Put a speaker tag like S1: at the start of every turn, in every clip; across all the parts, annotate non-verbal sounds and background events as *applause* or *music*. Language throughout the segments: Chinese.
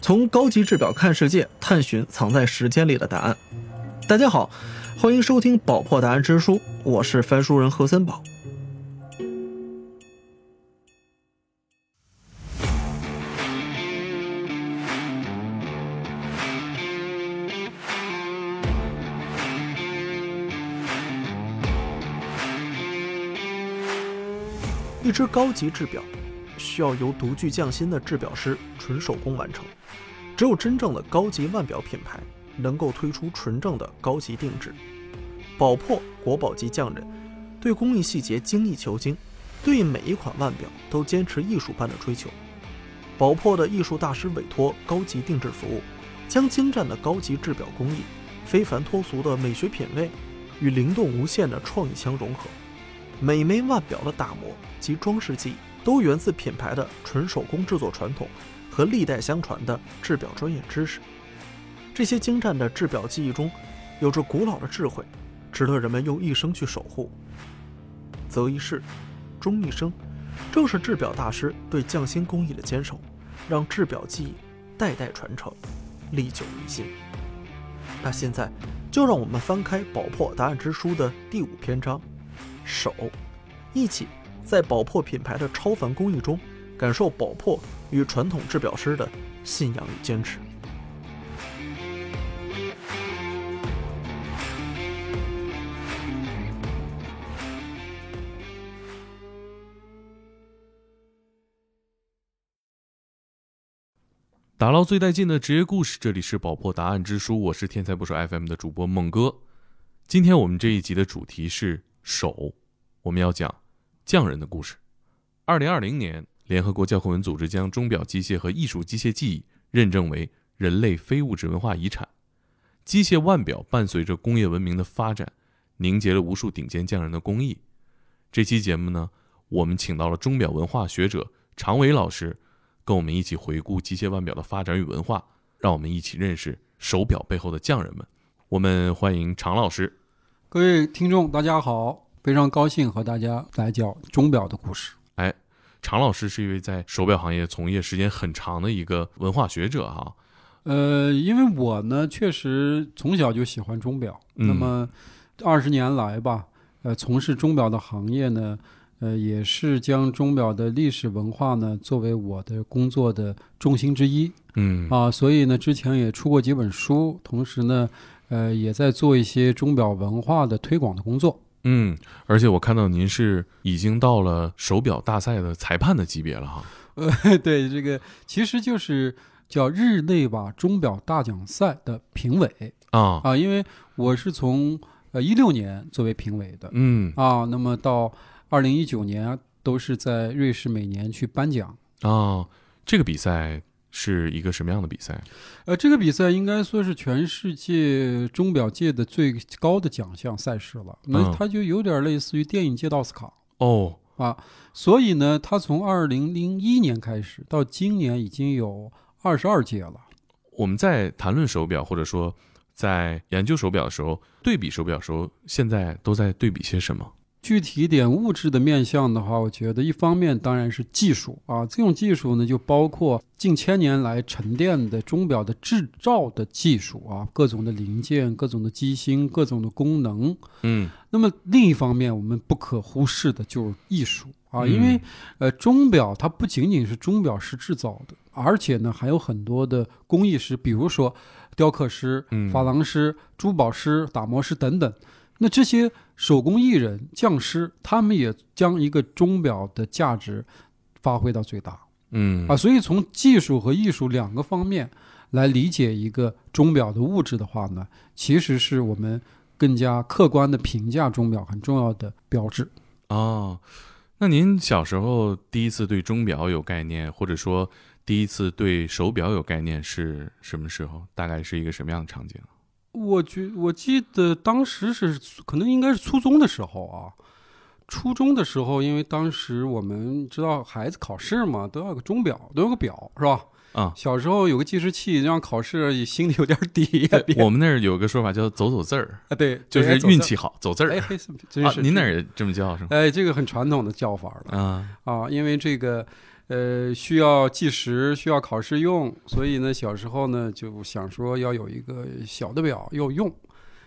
S1: 从高级制表看世界，探寻藏在时间里的答案。大家好，欢迎收听《宝珀答案之书》，我是翻书人何森宝。一只高级制表需要由独具匠心的制表师纯手工完成，只有真正的高级腕表品牌能够推出纯正的高级定制。宝珀国宝级匠人对工艺细节精益求精，对每一款腕表都坚持艺术般的追求。宝珀的艺术大师委托高级定制服务，将精湛的高级制表工艺、非凡脱俗的美学品味与灵动无限的创意相融合。每枚腕表的打磨及装饰技艺都源自品牌的纯手工制作传统和历代相传的制表专业知识。这些精湛的制表技艺中，有着古老的智慧，值得人们用一生去守护。择一世，终一生，正是制表大师对匠心工艺的坚守，让制表技艺代代传承，历久弥新。那现在，就让我们翻开《宝珀答案之书》的第五篇章。手，一起在宝珀品牌的超凡工艺中，感受宝珀与传统制表师的信仰与坚持。
S2: 打捞最带劲的职业故事，这里是宝珀答案之书，我是天才捕手 FM 的主播孟哥。今天我们这一集的主题是手，我们要讲匠人的故事。二零二零年，联合国教科文组织将钟表机械和艺术机械技艺认证为人类非物质文化遗产。机械腕表伴随着工业文明的发展，凝结了无数顶尖匠人的工艺。这期节目呢，我们请到了钟表文化学者常伟老师，跟我们一起回顾机械腕表的发展与文化，让我们一起认识手表背后的匠人们。我们欢迎常老师。
S3: 各位听众，大家好！非常高兴和大家来讲钟表的故事。
S2: 常老师是一位在手表行业从业时间很长的一个文化学者哈、
S3: 呃，因为我呢，确实从小就喜欢钟表。
S2: 嗯
S3: 那么二十年来吧，呃，从事钟表的行业呢，呃，也是将钟表的历史文化呢作为我的工作的重心之一
S2: 嗯
S3: 啊。所以呢，之前也出过几本书，同时呢，呃，也在做一些钟表文化的推广的工作。
S2: 嗯，而且我看到您是已经到了手表大赛的裁判的级别了哈。
S3: *laughs* 对，这个其实就是叫日内瓦钟表大奖赛的评委
S2: 啊，
S3: 啊，因为我是从呃一六年作为评委的
S2: 嗯
S3: 啊，那么到二零一九年啊都是在瑞士每年去颁奖。
S2: 啊，这个比赛是一个什么样的比赛？
S3: 呃，这个比赛应该说是全世界钟表界的最高的奖项赛事了，那
S2: 嗯
S3: 它就有点类似于电影界的奥斯卡。
S2: 哦，
S3: 所以呢，它从二零零一年开始到今年已经有二十二届了。
S2: 我们在谈论手表或者说在研究手表的时候，对比手表的时候，现在都在对比些什么？
S3: 具体一点物质的面向的话，我觉得一方面当然是技术啊，这种技术呢就包括近千年来沉淀的钟表的制造的技术啊，各种的零件、各种的机芯、各种的功能。
S2: 嗯
S3: 那么另一方面，我们不可忽视的就是艺术啊，
S2: 嗯
S3: 因为呃钟表它不仅仅是钟表师制造的，而且呢还有很多的工艺师，比如说雕刻师、
S2: 嗯
S3: 珐琅师、珠宝师、打磨师等等。那这些手工艺人、匠师，他们也将一个钟表的价值发挥到最大
S2: 嗯
S3: 啊。所以从技术和艺术两个方面来理解一个钟表的物质的话呢，其实是我们更加客观的评价钟表很重要的标志。
S2: 哦，那您小时候第一次对钟表有概念，或者说第一次对手表有概念是什么时候？大概是一个什么样的场景？
S3: 我觉我记得当时是可能应该是初中的时候啊，初中的时候，因为当时我们知道孩子考试嘛，都要个钟表，都有个表，是吧？ *laughs*
S2: 啊、
S3: 小时候有个计时器，让考试也心里有点底。 *laughs*
S2: 我们那儿有个说法叫“走走字儿
S3: 啊，对”，，
S2: 就是
S3: 对
S2: 运。气好，走字
S3: 走
S2: 儿
S3: 字儿哎，
S2: 啊。
S3: 嘿真是
S2: 您那儿也这么叫是吗？
S3: 哎，这个很传统的叫法了
S2: 啊，
S3: 啊，因为这个呃需要计时，需要考试用，所以呢小时候呢就想说要有一个小的表要用，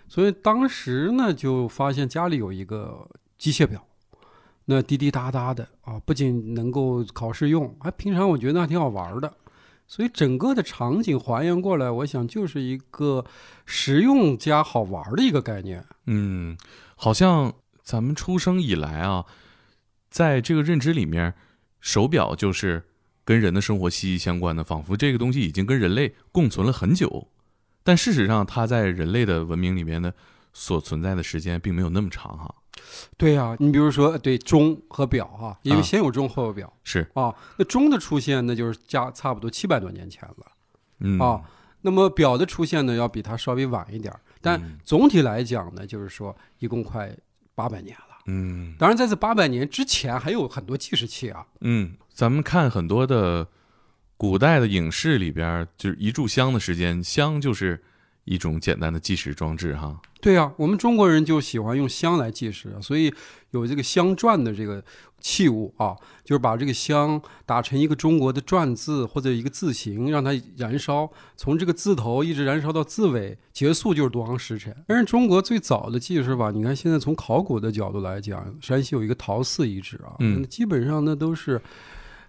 S3: 所以当时呢就发现家里有一个机械表。那滴滴答答的啊，不仅能够考试用，还平常我觉得还挺好玩的，所以整个的场景还原过来，我想就是一个实用加好玩的一个概念。
S2: 嗯，好像咱们出生以来啊，在这个认知里面，手表就是跟人的生活息息相关的，仿佛这个东西已经跟人类共存了很久。但事实上，它在人类的文明里面的所存在的时间并没有那么长哈、
S3: 对呀、你比如说对钟和表哈、因
S2: 啊
S3: 为先有钟后有表
S2: 是，
S3: 啊那钟的出现那就是加差不多七百多年前了
S2: 嗯
S3: 啊、那么表的出现呢要比它稍微晚一点儿，但
S2: 嗯
S3: 总体来讲呢，就是说一共快八百年了。
S2: 嗯
S3: 当然，在这八百年之前还有很多计时器啊，
S2: 嗯，咱们看很多的古代的影视里边，就是一炷香的时间，香就是一种简单的计时装置哈。
S3: 对呀、我们中国人就喜欢用香来计时，啊所以有这个香篆的这个器物啊，就是把这个香打成一个中国的篆字或者一个字形，让它燃烧，从这个字头一直燃烧到字尾，结束就是多长时辰。但是中国最早的技术吧，你看现在从考古的角度来讲，山西有一个陶寺遗址啊，
S2: 嗯
S3: 那基本上那都是。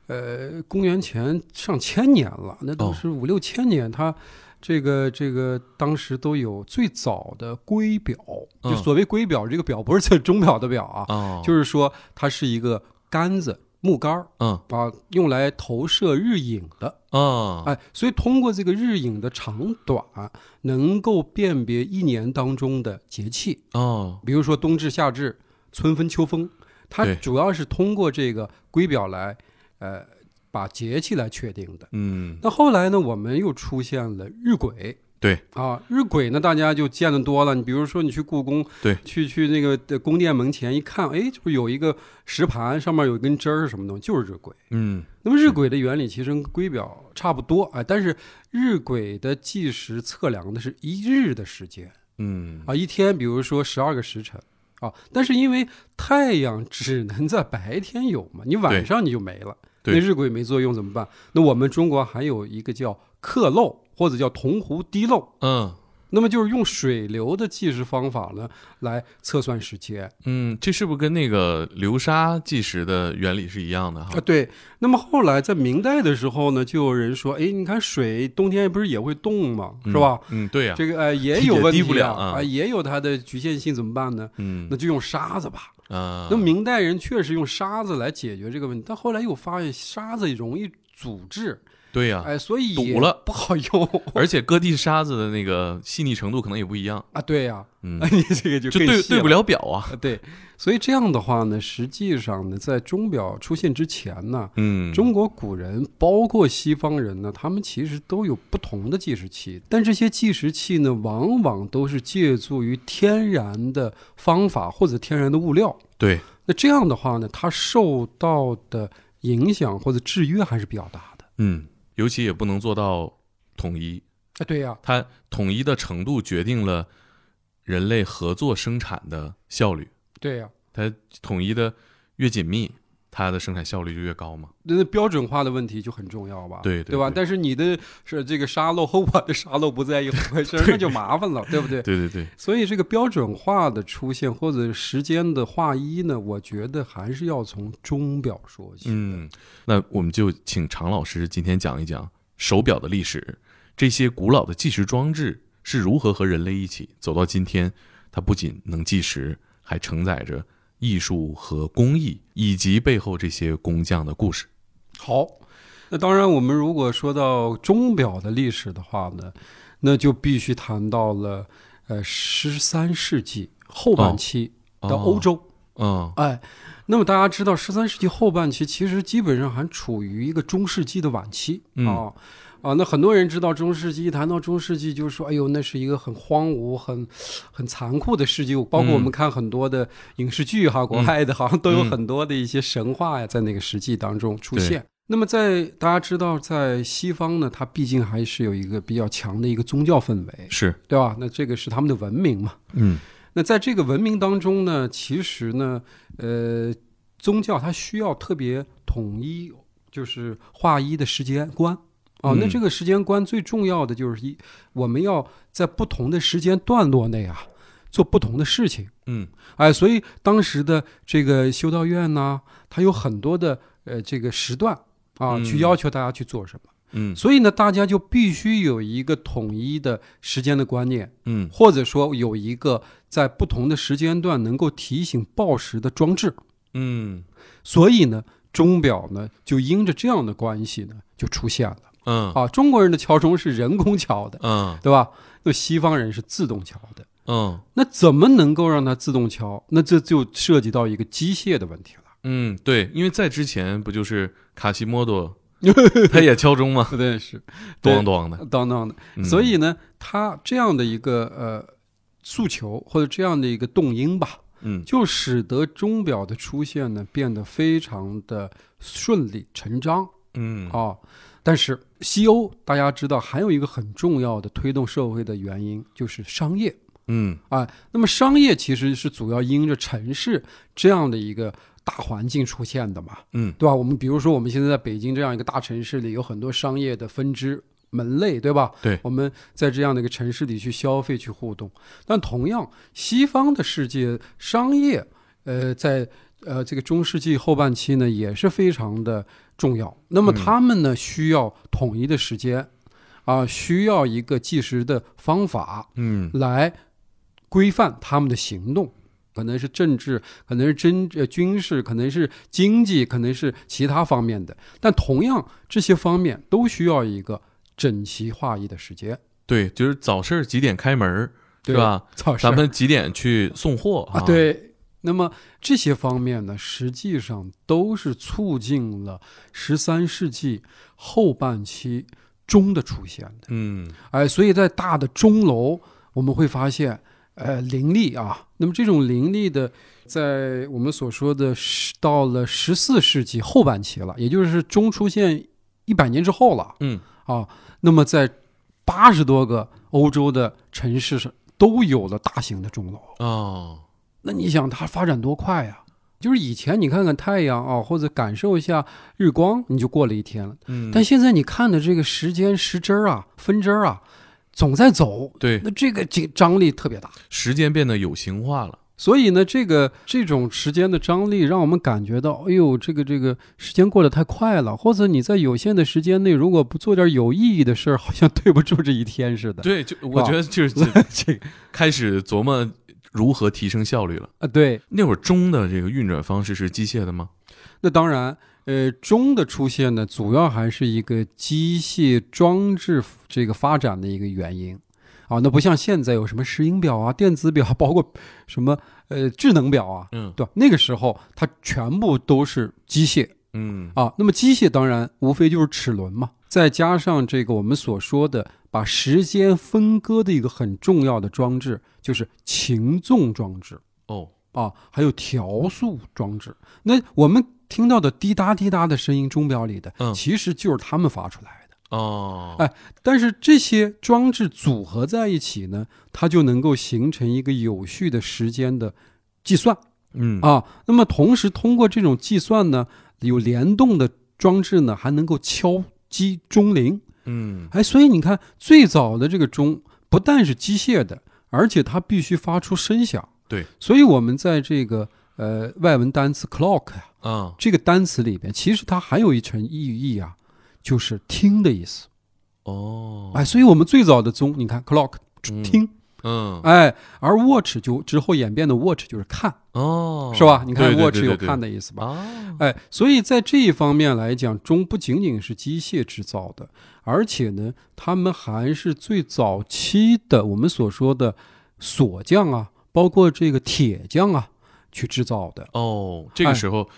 S3: 呃，公元前上千年了，那都
S2: 哦
S3: 是五六千年，它这个这个当时都有最早的圭表，
S2: 嗯
S3: 就所谓圭表，这个表不是这钟表的表啊，
S2: 哦，
S3: 就是是说它是一个杆子木杆儿
S2: 嗯
S3: 啊，用来投射日影的。
S2: 哦，
S3: 哎，所以通过这个日影的长短，啊能够辨别一年当中的节气，
S2: 哦，
S3: 比如说冬至、夏至、春分、秋分，它
S2: 对
S3: 主要是通过这个圭表来，呃，把节气来确定的。
S2: 嗯，
S3: 那后来呢，我们又出现了日晷。
S2: 对
S3: 啊，日晷呢，大家就见得多了。你比如说，你去故宫，
S2: 对
S3: 去去那个呃宫殿门前一看，哎，就是有一个石盘，上面有一根针儿是什么东西，就是日晷。
S2: 嗯，
S3: 那么日晷的原理其实跟圭表差不多啊，但是日晷的计时测量的是一日的时间
S2: 嗯，
S3: 啊，一天，比如说十二个时辰啊，但是因为太阳只能在白天有嘛，你晚
S2: 对
S3: 上你就没了。那
S2: 对
S3: 日晷没作用怎么办？那我们中国还有一个叫刻漏或者叫铜壶滴漏，
S2: 嗯，
S3: 那么就是用水流的计时方法呢来测算时间
S2: 嗯，这是不是跟那个流沙计时的原理是一样的哈
S3: 啊。？对，那么后来在明代的时候呢，就有人说，哎，你看水冬天不是也会冻吗？是吧？
S2: 嗯，对呀，
S3: 这个呃也有问题
S2: 也低不了
S3: 啊
S2: 啊，
S3: 啊也有它的局限性，怎么办呢？
S2: 嗯
S3: 那就用沙子吧。
S2: 啊，
S3: 那明代人确实用沙子来解决这个问题，但后来又发现沙子容易阻滞，
S2: 对呀，
S3: 哎，所以
S2: 啊堵
S3: 也
S2: 了
S3: 不好用。 *laughs*
S2: 而且各地沙子的那个细腻程度可能也不一样，
S3: 啊，对呀、
S2: 嗯
S3: *laughs* ，你这个就
S2: 就
S3: 更
S2: 对
S3: 细
S2: 对不了表啊，
S3: 啊， *laughs* 对，所以这样的话呢，实际上呢，在钟表出现之前呢，
S2: 嗯，
S3: 中国古人包括西方人呢，他们其实都有不同的计时器，但这些计时器呢，往往都是借助于天然的方法或者天然的物料。
S2: 对，
S3: 那这样的话呢，它受到的影响或者制约还是比较大的。
S2: 嗯，尤其也不能做到统一，
S3: 啊，对呀、
S2: 它统一的程度决定了人类合作生产的效率，
S3: 对呀、
S2: 它统一的越紧密，它的生产效率就越高嘛。
S3: 那标准化的问题就很重要吧？
S2: 对对
S3: 吧？
S2: 对
S3: 但是你的是这个沙漏和我的沙漏不在一
S2: *laughs*
S3: 回事儿，那就麻烦了，对不对？
S2: 对对对，
S3: 所以这个标准化的出现或者时间的划一呢，我觉得还是要从钟表说起。
S2: 嗯，那我们就请常老师今天讲一讲手表的历史，这些古老的计时装置是如何和人类一起走到今天。它不仅能计时，还承载着艺术和工艺，以及背后这些工匠的故事。
S3: 好，那当然，我们如果说到钟表的历史的话呢，那就必须
S2: 哦
S3: 谈到了呃十三世纪后半期的欧洲。
S2: 嗯
S3: 哎，那么大家知道，十三世纪后半期其实基本上还处于一个中世纪的晚期啊、
S2: 嗯
S3: 啊，那很多人知道中世纪，一谈到中世纪就说，哎呦，那是一个很荒芜、很很残酷的世界。包括我们看很多的影视剧哈，国外的好像都有很多的一些神话呀，在那个世纪当中出现。那么在大家知道，在西方呢，它毕竟还是有一个比较强的一个宗教氛围，
S2: 是，
S3: 对吧？那这个是他们的文明嘛。
S2: 嗯
S3: 那在这个文明当中呢，其实呢，呃，宗教它需要特别统一，就是划一的时间观。啊、
S2: 嗯
S3: 那这个时间观最重要的就是一，我们要在不同的时间段落内啊，做不同的事情。
S2: 嗯
S3: 哎，所以当时的这个修道院呢，它有很多的呃这个时段啊，
S2: 嗯
S3: 去要求大家去做什么。
S2: 嗯
S3: 所以呢，大家就必须有一个统一的时间的观念。
S2: 嗯
S3: 或者说有一个在不同的时间段能够提醒报时的装置。
S2: 嗯
S3: 所以呢，钟表呢就因着这样的关系呢就出现了
S2: 嗯
S3: 啊。中国人的敲钟是人工敲的，
S2: 嗯
S3: 对吧？那西方人是自动敲的。
S2: 嗯
S3: 那怎么能够让它自动敲？那这就涉及到一个机械的问题了。
S2: 嗯，对，因为在之前不就是卡西莫多他也敲钟吗？
S3: 对，是
S2: 咚咚的，
S3: 当当的。
S2: 嗯
S3: 所以呢，它这样的一个呃诉求或者这样的一个动因吧，
S2: 嗯
S3: 就使得钟表的出现呢变得非常的顺理成章
S2: 嗯
S3: 啊、但是西欧大家知道还有一个很重要的推动社会的原因就是商业
S2: 嗯
S3: 啊、那么商业其实是主要因着城市这样的一个大环境出现的嘛，
S2: 嗯
S3: 对吧？我们比如说我们现在在北京这样一个大城市里，有很多商业的分支。门类对吧？
S2: 对
S3: 我们在这样的一个城市里去消费、去互动。但同样，西方的世界商业，呃，在呃这个中世纪后半期呢，也是非常的重要。那么
S2: 嗯
S3: 他们呢，需要统一的时间，啊、需要一个计时的方法
S2: 嗯
S3: 来规范他们的行动。可能是政治，可能是真呃军事，可能是经济，可能是其他方面的。但同样，这些方面都需要一个整齐划一的时间，
S2: 对，就是早市几点开门儿是
S3: 对
S2: 吧？
S3: 早
S2: 咱们几点去送货
S3: 啊，对。那么这些方面呢，实际上都是促进了十三世纪后半期钟的出现的。
S2: 嗯
S3: 哎，所以在大的钟楼，我们会发现，呃，林立啊。那么这种林立的，在我们所说的十到了十四世纪后半期了，也就是钟出现一百年之后了。
S2: 嗯
S3: 啊，那么在八十多个欧洲的城市上都有了大型的钟楼。
S2: 哦
S3: 那你想它发展多快呀、就是以前你看看太阳啊，或者感受一下日光，你就过了一天了。
S2: 嗯，
S3: 但现在你看的这个时间时针儿啊、分针儿啊，总在走，
S2: 对
S3: 那这个这张力特别大。
S2: 时间变得有形化了，
S3: 所以呢，这个这种时间的张力，让我们感觉到，哎呦，这个这个时间过得太快了，或者你在有限的时间内，如果不做点有意义的事儿，好像对不住这一天似的。
S2: 对，就我
S3: 吧
S2: 觉得就是
S3: *laughs*
S2: *laughs*
S3: 这个
S2: 开始琢磨如何提升效率了。
S3: 啊，对，
S2: 那会儿钟的这个运转方式是机械的吗？
S3: 那当然，呃，钟的出现呢，主要还是一个机械装置这个发展的一个原因啊。那不像现在有什么石英表啊、 *laughs* 电子表，包括什么呃智能表啊，
S2: 嗯
S3: 对吧？那个时候它全部都是机械
S2: 嗯
S3: 啊。那么机械当然无非就是齿轮嘛，再加上这个我们所说的把时间分割的一个很重要的装置，就是擒纵装置。
S2: 哦
S3: 啊，还有调速装置。那我们听到的滴答滴答的声音，钟表里的，
S2: 嗯
S3: 其实就是他们发出来的。
S2: 哦，
S3: 哎但是这些装置组合在一起呢，它就能够形成一个有序的时间的计算
S2: 嗯
S3: 啊。那么同时通过这种计算呢，有联动的装置呢，还能够敲击钟铃。
S2: 嗯
S3: 哎，所以你看，最早的这个钟不但是机械的，而且它必须发出声响。
S2: 对，
S3: 所以我们在这个呃外文单词 clock 呀
S2: 啊
S3: 这个单词里边，其实它还有一层意义啊，就是听的意思。
S2: 哦
S3: 哎，所以我们最早的钟，你看 clock
S2: 嗯
S3: 听，
S2: 嗯
S3: 哎，而 watch 就之后演变的 watch 就是看，
S2: 哦
S3: 是吧？你看
S2: 对对
S3: watch
S2: 对对
S3: 有
S2: 对
S3: 看的意思吧？
S2: 啊
S3: 哎，所以在这一方面来讲，钟不仅仅是机械制造的，而且呢，他们还是最早期的我们所说的锁匠啊，包括这个铁匠啊，去制造的。
S2: 哦，
S3: 哎
S2: 这个时候、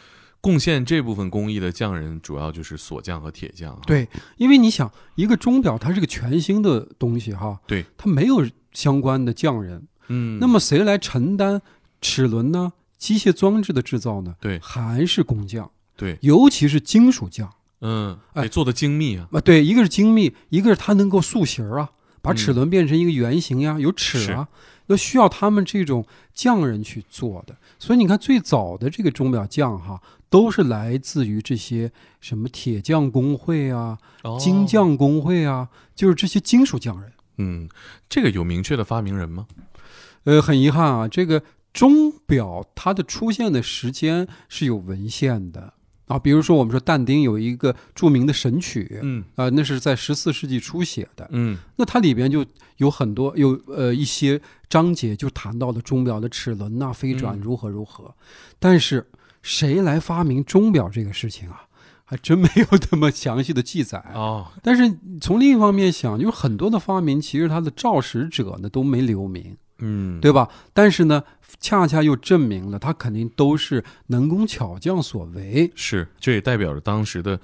S2: 贡献这部分工艺的匠人主要就是锁匠和铁匠、啊。，
S3: 对，因为你想，一个钟表它是个全新的东西哈，
S2: 对，
S3: 它没有相关的匠人，
S2: 嗯，
S3: 那么谁来承担齿轮呢？机械装置的制造呢？
S2: 对
S3: 还是工匠，
S2: 对，
S3: 尤其是金属匠
S2: 嗯，
S3: 哎
S2: 得做的精密啊，
S3: 啊，对，一个是精密，一个是它能够塑形儿啊，把
S2: 嗯
S3: 齿轮变成一个圆形呀，有齿啊，那需要他们这种匠人去做的。所以你看，最早的这个钟表匠哈，都是来自于这些什么铁匠工会啊、
S2: 哦
S3: 金，匠工会啊，就是这些金属匠人。
S2: 嗯，这个有明确的发明人吗？
S3: 呃，很遗憾啊，这个钟表它的出现的时间是有文献的啊，比如说我们说但丁有一个著名的《神曲》。
S2: 嗯
S3: 啊、那是在十四世纪初写的。
S2: 嗯，
S3: 那它里边就有很多有呃一些章节就谈到了钟表的齿轮呐、飞转
S2: 嗯
S3: 如何如何。但是谁来发明钟表这个事情啊，还真没有这么详细的记载。
S2: 哦，
S3: 但是从另一方面想，有很多的发明其实它的肇始者呢都没留名。
S2: 嗯，
S3: 对吧？但是呢，恰恰又证明了它肯定都是能工巧匠所为。
S2: 是，这也代表着当时的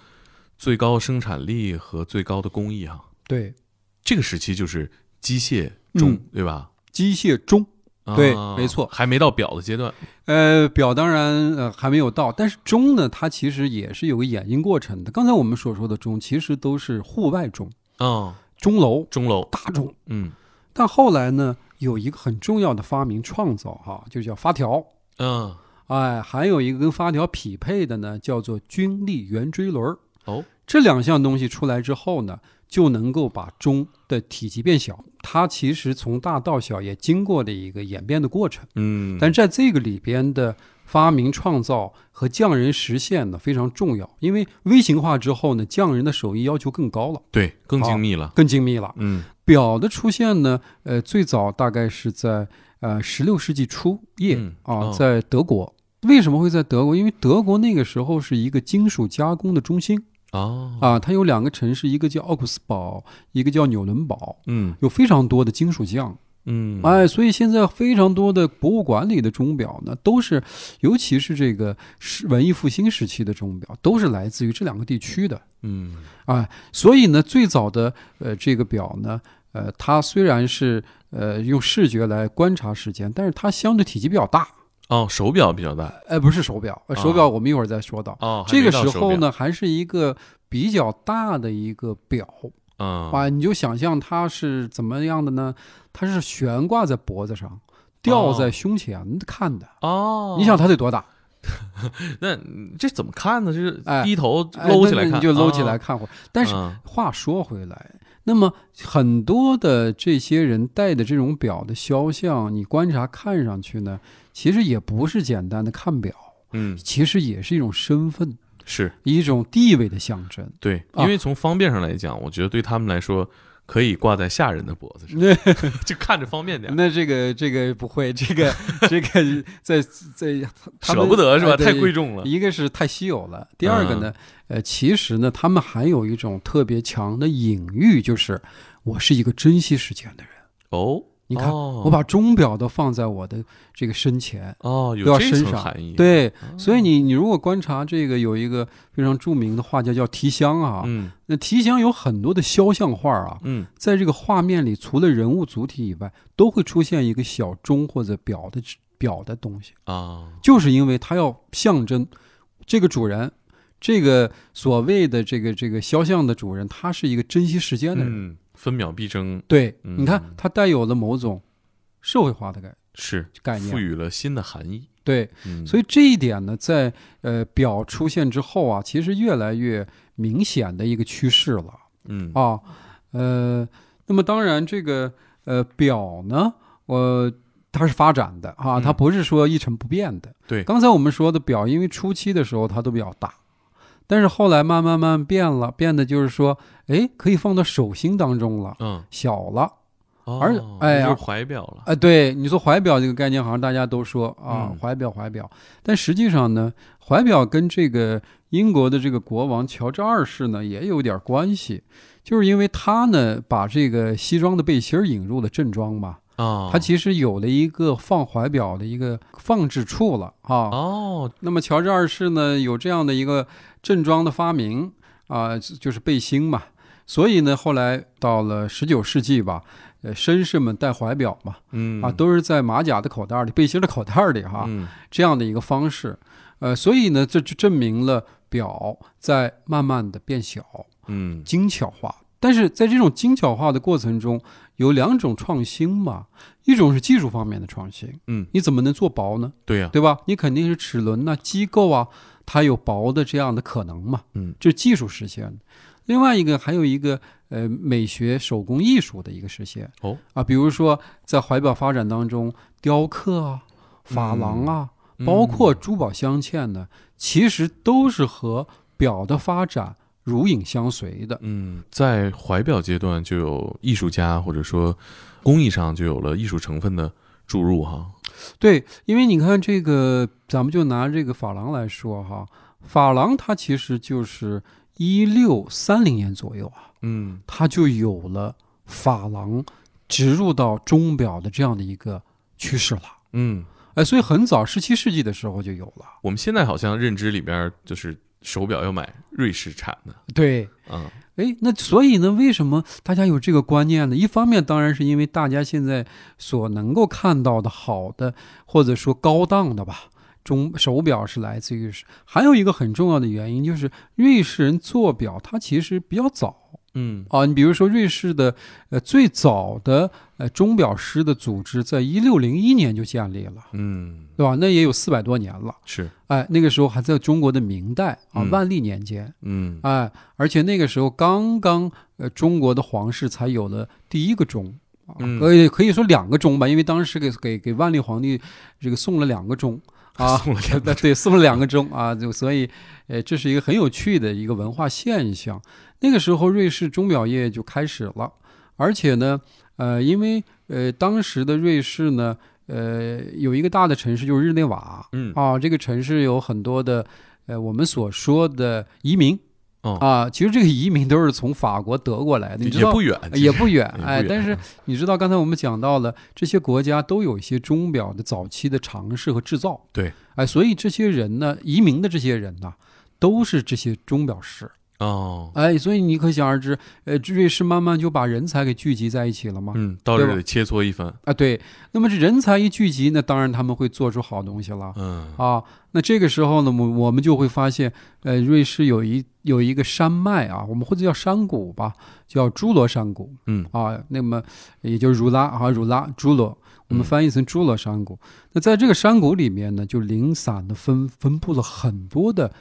S2: 最高生产力和最高的工艺哈、
S3: 对，
S2: 这个时期就是机械钟，
S3: 嗯
S2: 对吧？
S3: 机械钟，
S2: 啊
S3: 对没错
S2: 还没到表的阶段。
S3: 呃，表当然呃还没有到，但是钟呢，它其实也是有个演进过程的。刚才我们所说的钟，其实都是户外钟、
S2: 嗯，
S3: 钟楼、
S2: 钟楼，
S3: 大钟。
S2: 嗯
S3: 但后来呢，有一个很重要的发明创造哈、就叫发条。
S2: 嗯，
S3: 哎，还有一个跟发条匹配的呢，叫做军力圆锥轮儿。
S2: 哦，
S3: 这两项东西出来之后呢，就能够把钟的体积变小。它其实从大到小也经过了一个演变的过程，
S2: 嗯，
S3: 但在这个里边的发明创造和匠人实现呢非常重要，因为微型化之后呢，匠人的手艺要求更高了，
S2: 对更
S3: 好
S2: 精密了。
S3: 更精密了。
S2: 嗯
S3: 表的出现呢，呃，最早大概是在呃十六世纪初叶、
S2: 嗯
S3: 啊，
S2: 哦
S3: 在德国。为什么会在德国？因为德国那个时候是一个金属加工的中心。
S2: 哦，
S3: 啊，它有两个城市，一个叫奥古斯堡，一个叫纽伦堡，
S2: 嗯
S3: 有非常多的金属匠。
S2: 嗯，
S3: 哎，所以现在非常多的博物馆里的钟表呢，都是，尤其是这个是文艺复兴时期的钟表，都是来自于这两个地区的。
S2: 嗯
S3: 啊，所以呢，最早的呃这个表呢，呃，它虽然是呃用视觉来观察时间，但是它相对体积比较大。
S2: 哦，手表比较大
S3: 哎，不是手表，呃手
S2: 啊
S3: 表我们一会儿再说到。
S2: 哦，还
S3: 这
S2: 没
S3: 个
S2: 到
S3: 时
S2: 手
S3: 候
S2: 表，
S3: 呢，还是一个比较大的一个表，
S2: 嗯
S3: 啊，你就想象它是怎么样的呢？它是悬挂在脖子上，吊在胸前看的。
S2: 哦，
S3: 你想它得多大？
S2: 那嗯这怎么看呢？就是
S3: 哎
S2: 低头
S3: 哎
S2: 搂起
S3: 那
S2: 来
S3: 那
S2: 看，
S3: 你就搂起来
S2: 啊。
S3: 看会儿。但是
S2: 嗯
S3: 话说回来，那么很多的这些人戴的这种表的肖像，你观察看上去呢，其实也不是简单的看表，
S2: 嗯，
S3: 其实也是一种身份，
S2: 是
S3: 一种地位的象
S2: *laughs*
S3: 征。
S2: 对，
S3: 啊
S2: 因为从方便上来讲，我觉得对他们来说，可以挂在下人的脖 *laughs* 子上，就看着方便点儿。
S3: 那这个这个不会，这个这个在在他们
S2: 舍不得是吧？
S3: 哎对
S2: 太贵重了。嗯
S3: 一个是太稀有了，第二个呢，呃，其实呢，他们还有一种特别强的隐喻，就是我是一个珍惜时间的人。
S2: 哦，
S3: 你看，
S2: 哦
S3: 我把钟表都放在我的这个身前，
S2: 哦有
S3: 都要
S2: 这
S3: 身
S2: 层
S3: 上
S2: 含义。，
S3: 对，
S2: 哦
S3: 所以你你如果观察这个，有一个非常著名的画家叫提香啊，
S2: 嗯
S3: 那提香有很多的肖像画啊，
S2: 嗯，
S3: 在这个画面里，除了人物主体以外，都会出现一个小钟或者表的表的东西。
S2: 啊，
S3: 就是因为它要象征这个主人，这个所谓的这个这个肖像的主人，他是一个珍惜时间的人。
S2: 嗯，分秒必争
S3: 对，
S2: 嗯
S3: 你看，它带有了某种社会化的概
S2: 是
S3: 概
S2: 赋
S3: 念。
S2: 予了新的含义。
S3: 对，
S2: 嗯，
S3: 所以这一点呢，在呃表出现之后啊，其实越来越明显的一个趋势了
S2: 嗯
S3: 啊。呃，那么当然这个呃表呢，呃。它是发展的啊，
S2: 嗯
S3: 它不是说一成不变的。
S2: 对
S3: 刚才我们说的表，因为初期的时候它都比较大，但是后来慢慢慢慢变了，变的就是说，哎，可以放到手心当中了，
S2: 嗯，
S3: 小了。
S2: 哦
S3: 而哎
S2: 就是
S3: 呀
S2: 怀表了。
S3: 啊、对，你说怀表这个概念，好像大家都说啊，
S2: 嗯
S3: 怀表怀表，但实际上呢，怀表跟这个英国的这个国王乔治二世呢也有点关系，就是因为他呢把这个西装的背心儿引入了正装嘛，
S2: 啊，
S3: 它其实有了一个放怀表的一个放置处了啊。
S2: 哦，
S3: 那么乔治二世呢，有这样的一个正装的发明啊、就是背心嘛。所以呢，后来到了十九世纪吧，呃，绅士们戴怀表嘛，
S2: 嗯
S3: 啊，都是啊在马甲的口袋里、背心的口袋里哈、
S2: 嗯
S3: 这样的一个方式。呃，所以呢，这就证明了表在慢慢的变小。
S2: 嗯
S3: 精巧化。但是在这种精巧化的过程中，有两种创新嘛，一种是技术方面的创新，
S2: 嗯，
S3: 你怎么能做薄呢？
S2: 对呀、
S3: 对吧？你肯定是齿轮呐、机构啊，它有薄的这样的可能嘛，
S2: 嗯，
S3: 这是技术实现的。另外一个还有一个呃美学手工艺术的一个实现
S2: 哦
S3: 啊，比如说在怀表发展当中，雕刻啊、珐琅啊，
S2: 嗯
S3: 包括珠宝镶嵌呢，其实都是和表的发展如影相随的。
S2: 嗯，在怀表阶段就有艺术家或者说工艺上就有了艺术成分的注入哈。
S3: 对，因为你看这个，咱们就拿这个珐琅来说哈，珐琅它其实就是一六三零年左右啊，
S2: 嗯
S3: 它就有了珐琅植入到钟表的这样的一个趋势了。
S2: 嗯，
S3: 哎，所以很早十七世纪的时候就有了。
S2: 我们现在好像认知里边就是手表要买瑞士产的，
S3: 对，
S2: 嗯
S3: 哎，那所以呢，为什么大家有这个观念呢？一方面当然是因为大家现在所能够看到的好的，或者说高档的吧，钟手表是来自于是，还有一个很重要的原因就是瑞士人做表，它其实比较早
S2: 嗯
S3: 啊。你比如说瑞士的呃最早的呃钟表师的组织，在一六零一年就建立了，
S2: 嗯，
S3: 对吧？那也有四百多年了。
S2: 是，
S3: 哎，那个时候还在中国的明代啊，
S2: 嗯
S3: 万历年间。
S2: 嗯
S3: 哎，而且那个时候刚刚呃，中国的皇室才有了第一个钟。啊
S2: 嗯
S3: 可以可以说两个钟吧，因为当时给给给万历皇帝这个送了两个钟
S2: *laughs*
S3: 啊，
S2: 送了两
S3: *laughs*
S2: 个
S3: 对，送了两个钟啊，就所以，呃，这是一个很有趣的一个文化现象。那个时候，瑞士钟表业就开始了，而且呢，呃，因为呃，当时的瑞士呢，呃，有一个大的城市就是日内瓦，
S2: 嗯
S3: 啊，这个城市有很多的，呃，我们所说的移民，
S2: 哦
S3: 啊，其实这个移民都是从法国、德国来的，你知
S2: 也
S3: 道
S2: 不远，
S3: 呃
S2: 其实
S3: 也不远，
S2: 也不
S3: 哎，
S2: 远
S3: 但是你知道刚才我们讲到了，这些国家都有一些钟表的早期的尝试和制造，
S2: 对，
S3: 哎，所以这些人呢，移民的这些人呢，都是这些钟表师，
S2: 哦，
S3: 哎，所以你可想而知，呃，瑞士慢慢就把人才给聚集在一起了嘛，
S2: 嗯，到
S3: 对
S2: 这
S3: 吧
S2: 里切磋一番，
S3: 啊，对，那么这人才一聚集，那当然他们会做出好东西了。
S2: 嗯
S3: 啊，那这个时候呢，我我们就会发现，呃，瑞士有一有一个山脉啊，我们或者叫山谷吧，叫朱罗山谷
S2: 嗯
S3: 啊，那么也就是儒拉啊，儒拉朱罗，我们
S2: 嗯
S3: 翻译成朱罗山谷。那在这个山谷里面呢，就零散的分分布了很多的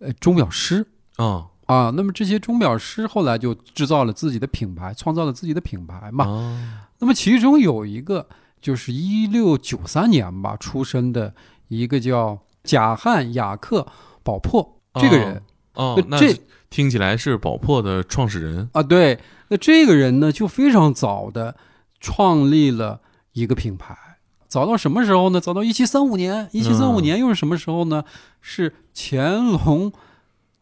S3: 呃钟表师
S2: 哦
S3: 啊，那么这些钟表师后来就制造了自己的品牌，创造了自己的品牌嘛。
S2: 啊
S3: 那么其中有一个就是一六九三年吧出生的一个叫贾汉雅克保珀这个人、
S2: 哦
S3: 那，
S2: 那
S3: 这
S2: 听起来是宝珀的创始人，
S3: 啊，对，那这个人呢就非常早的创立了一个品牌，早到什么时候呢？早到一七三五年，一七三五
S2: 嗯
S3: 年又是什么时候呢？是乾隆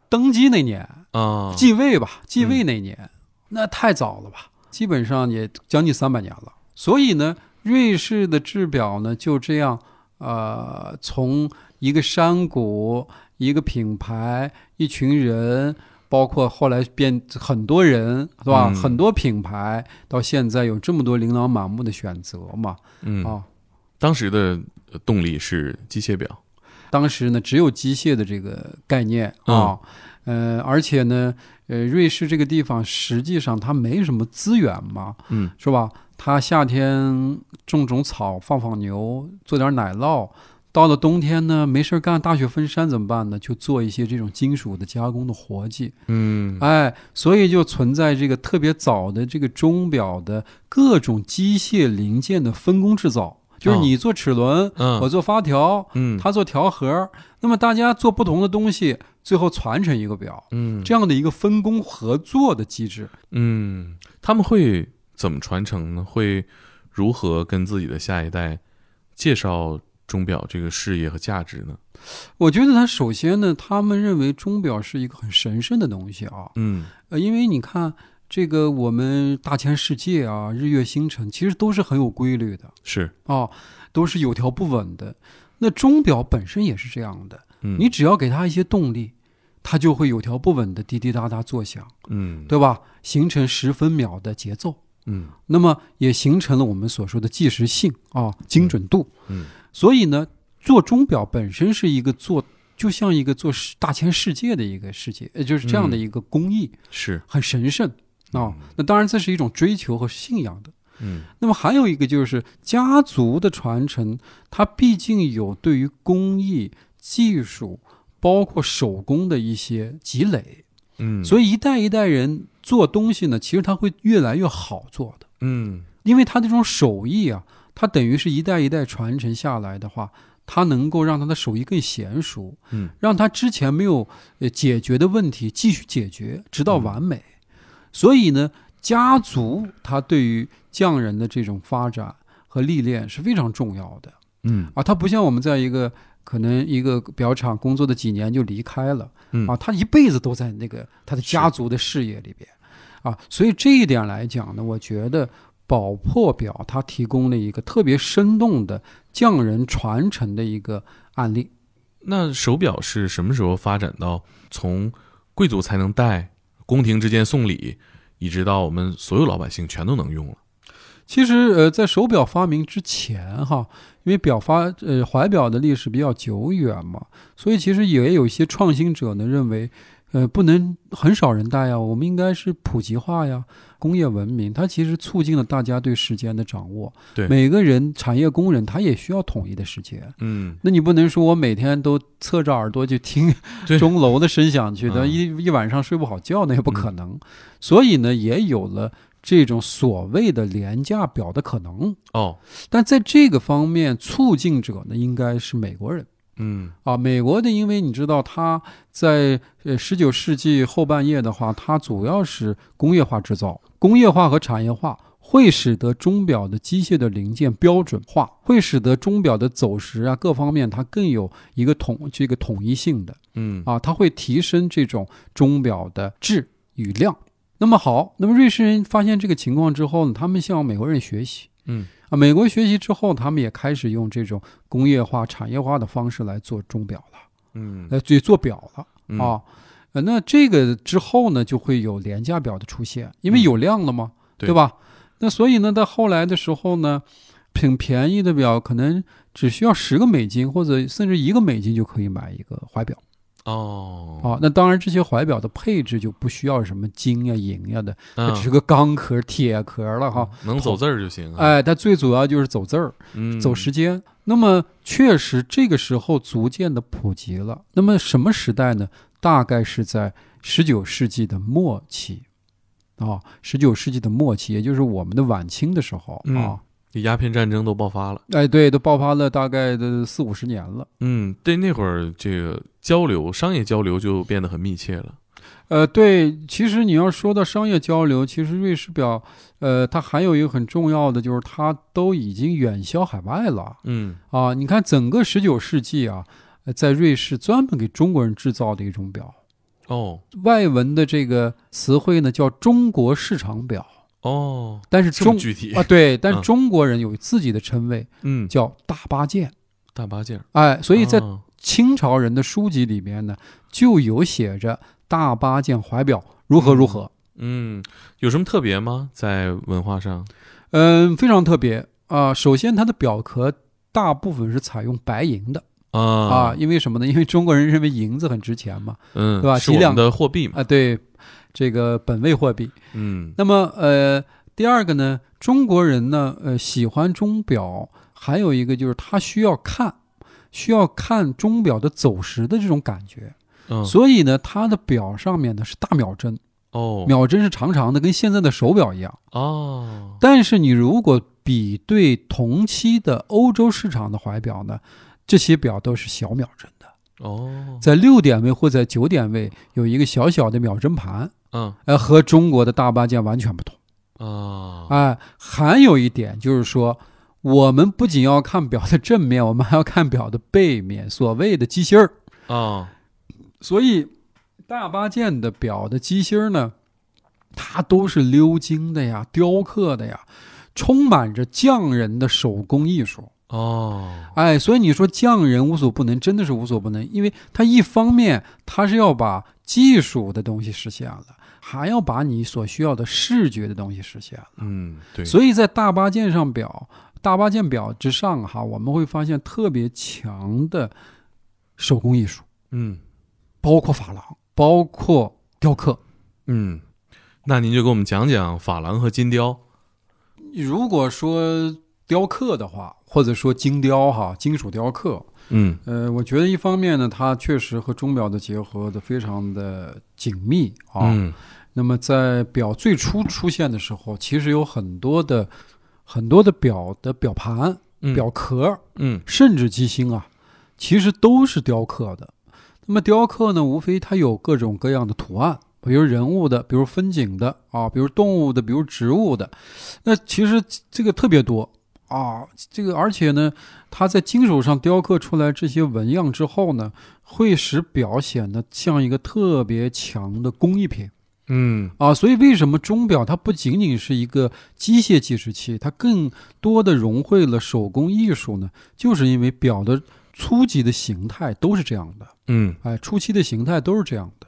S3: 登基那年，
S2: 啊，
S3: 继位吧，继位那年，那太早了吧，基本上也将近三百年了。所以呢，瑞士的制表呢就这样，呃，从一个山谷、一个品牌、一群人，包括后来变很多人，是吧？
S2: 嗯
S3: 很多品牌到现在有这么多琳琅满目的选择嘛，
S2: 嗯，
S3: 啊。
S2: 当时的呃动力是机械表，
S3: 当时呢，只有机械的这个概念
S2: 嗯
S3: 啊，呃，而且呢，呃，瑞士这个地方实际上它没什么资源嘛，
S2: 嗯，
S3: 是吧？它夏天种种草，放放牛，做点奶酪。到了冬天呢，没事儿干，大雪封山怎么办呢？就做一些这种金属的加工的活计，
S2: 嗯
S3: 哎，所以就存在这个特别早的这个钟表的各种机械零件的分工制造，就是
S2: 哦
S3: 你做齿轮，
S2: 嗯
S3: 我做发条，
S2: 嗯
S3: 它做调和，那么大家做不同的东西，最后传承一个表，
S2: 嗯
S3: 这样的一个分工合作的机制。
S2: 嗯，他们会怎么传承呢？会如何跟自己的下一代介绍钟表这个事业和价值呢？
S3: 我觉得它首先呢，他们认为钟表是一个很神圣的东西啊，
S2: 嗯
S3: 呃，因为你看这个我们大千世界啊，日月星辰其实都是很有规律的
S2: 是，
S3: 啊，都是有条不紊的。那钟表本身也是这样的，
S2: 嗯，
S3: 你只要给它一些动力，它就会有条不紊的滴滴答答作响，
S2: 嗯，
S3: 对吧？形成十分秒的节奏。
S2: 嗯
S3: 那么也形成了我们所说的计时性啊、精准度。
S2: 嗯
S3: 所以呢，做钟表本身是一个做，就像一个做世大千世界的一个世界，呃，就是这
S2: 嗯
S3: 样的一个工艺，
S2: 是，
S3: 很神圣啊。那当然，这是一种追求和信仰的。
S2: 嗯
S3: 那么还有一个就是家族的传承，它毕竟有对于工艺技术，包括手工的一些积累，
S2: 嗯，
S3: 所
S2: 以
S3: 以一代一代人做东西呢，其实它会越来越好做的。
S2: 嗯
S3: 因为他这种手艺啊，它等于是一代一代传承下来的话，它能够让他的手艺更娴熟，
S2: 嗯，
S3: 让他之前没有呃解决的问题继续解决，直到完美。所以呢，家族它对于匠人的这种发展和历练是非常重要的
S2: 嗯
S3: 啊，它不像我们在一个。可能一个表厂工作的几年就离开了
S2: 嗯
S3: 啊，他一辈子都在那个他的家族的事业里边啊，所以这一点来讲呢，我觉得宝珀表它提供了一个特别生动的匠人传承的一个案例。
S2: 那手表是什么时候发展到从贵族才能戴，宫廷之间送礼，一直到我们所有老百姓全都能用了？
S3: 其实，呃，在手表发明之前，哈，因为表发呃怀表的历史比较久远嘛，所以其实也有一些创新者呢认为，呃，不能很少人戴呀，啊我们应该是普及化呀，工业文明，它其实促进了大家对时间的掌握。
S2: 对
S3: 每个人产业工人他也需要统一的时间。
S2: 嗯，
S3: 那你不能说我每天都侧着耳朵去听
S2: 对
S3: 钟楼的声响去，那
S2: 嗯
S3: 一、一晚上睡不好觉，那也不可能。所以呢，也有了这种所谓的廉价表的可能。
S2: 哦，
S3: 但在这个方面，促进者呢应该是美国人
S2: 嗯
S3: 啊。美国的，因为你知道他在呃十九世纪后半叶的话，它主要是工业化制造，工业化和产业化。会使得钟表的机械的零件标准化，会使得钟表的走时啊各方面它更有一个统这个统一性的
S2: 嗯
S3: 啊，它会提升这种钟表的质与量。那么好，那么瑞士人发现这个情况之后呢，他们向美国人学习，
S2: 嗯
S3: 啊，美国学习之后，他们也开始用这种工业化、产业化的方式来做钟表了，
S2: 嗯
S3: 呃，对，做表了
S2: 嗯
S3: 啊。呃那这个之后呢，就会有廉价表的出现，因为
S2: 嗯
S3: 有量了嘛，
S2: 对
S3: 对吧？那所以呢，到后来的时候呢，挺便宜的表可能只需要十个美金，或者甚至一个美金就可以买一个怀表
S2: 哦，
S3: 啊。那当然，这些怀表的配置就不需要什么金呀、银呀的，
S2: 那嗯
S3: 只是个钢壳、铁壳了哈。
S2: 能走字儿就行啊，
S3: 哎，它最主要就是走字儿，
S2: 嗯
S3: 走时间。那么确实这个时候逐渐的普及了。那么什么时代呢？大概是在十九世纪的末期，啊，十九世纪的末期，也就是我们的晚清的时候
S2: 嗯
S3: 啊。
S2: 鸦片战争都爆发了。
S3: 哎，对，都爆发了大概的四五十年了。
S2: 嗯，对，那会儿这个交流，商业交流就变得很密切了。
S3: 呃，对，其实你要说到商业交流，其实瑞士表，呃，它还有一个很重要的就是它都已经远销海外了。
S2: 嗯
S3: 啊，你看整个十九世纪啊，呃在瑞士专门给中国人制造的一种表，
S2: 哦
S3: 外文的这个词汇呢叫中国市场表，
S2: 哦，
S3: 但是
S2: 这么
S3: 中
S2: 具体
S3: 啊对，但是
S2: 嗯
S3: 中国人有自己的称谓
S2: 嗯，
S3: 叫大八件，
S2: 大八件儿。
S3: 哎，所以在
S2: 哦
S3: 清朝人的书籍里面呢，就有写着大八件怀表如何如何，
S2: 嗯，有什么特别吗？在文化上？
S3: 嗯，非常特别啊、首先，它的表壳大部分是采用白银的
S2: 啊
S3: 啊、因为什么呢？因为中国人认为银子很值钱嘛。
S2: 嗯，
S3: 对吧
S2: 是
S3: 几
S2: 我们
S3: 两
S2: 的货币嘛。
S3: 啊，对，这个本位货币。
S2: 嗯
S3: 那么呃，第二个呢，中国人呢，呃，喜欢钟表，还有一个就是他需要看，需要看钟表的走时的这种感觉，
S2: 嗯
S3: 所以呢，它的表上面呢是大秒针，
S2: 哦
S3: 秒针是长长的，跟现在的手表一样。
S2: 哦
S3: 但是你如果比对同期的欧洲市场的怀表呢，这些表都是小秒针的，
S2: 哦
S3: 在六点位或在九点位有一个小小的秒针盘，
S2: 嗯
S3: 呃，和中国的大八件完全不同。
S2: 啊
S3: 哎，还有一点就是说，我们不仅要看表的正面，我们还要看表的背面，所谓的机芯儿。
S2: 啊
S3: 所以，大八件的表的机芯儿呢，它都是鎏金的呀、雕刻的呀，充满着匠人的手工艺术。
S2: 哦，
S3: 哎，所以你说匠人无所不能，真的是无所不能，因为他一方面他是要把技术的东西实现了，还要把你所需要的视觉的东西实现了。
S2: 嗯，对，
S3: 所以在大八件上表、大八件表之上哈，我们会发现特别强的手工艺术，
S2: 嗯
S3: 包括珐琅，包括雕刻。
S2: 嗯，那您就给我们讲讲珐琅和金雕。
S3: 如果说雕刻的话，或者说精雕哈，金属雕刻，
S2: 嗯
S3: 呃，我觉得一方面呢，它确实和钟表的结合的非常的紧密啊。
S2: 嗯
S3: 那么在表最初出现的时候，其实有很多的很多的表的表盘、
S2: 嗯
S3: 表壳，
S2: 嗯
S3: 甚至机芯啊，其实都是雕刻的。那么雕刻呢，无非它有各种各样的图案，比如人物的，比如风景的啊，比如动物的，比如植物的。那其实这个特别多啊，这个而且呢，它在金属上雕刻出来这些纹样之后呢，会使表显得像一个特别强的工艺品。
S2: 嗯
S3: 啊，所以为什么钟表它不仅仅是一个机械计时器，它更多的融汇了手工艺术呢？就是因为表的初级的形态都是这样的，
S2: 嗯
S3: 哎，初期的形态都是这样的。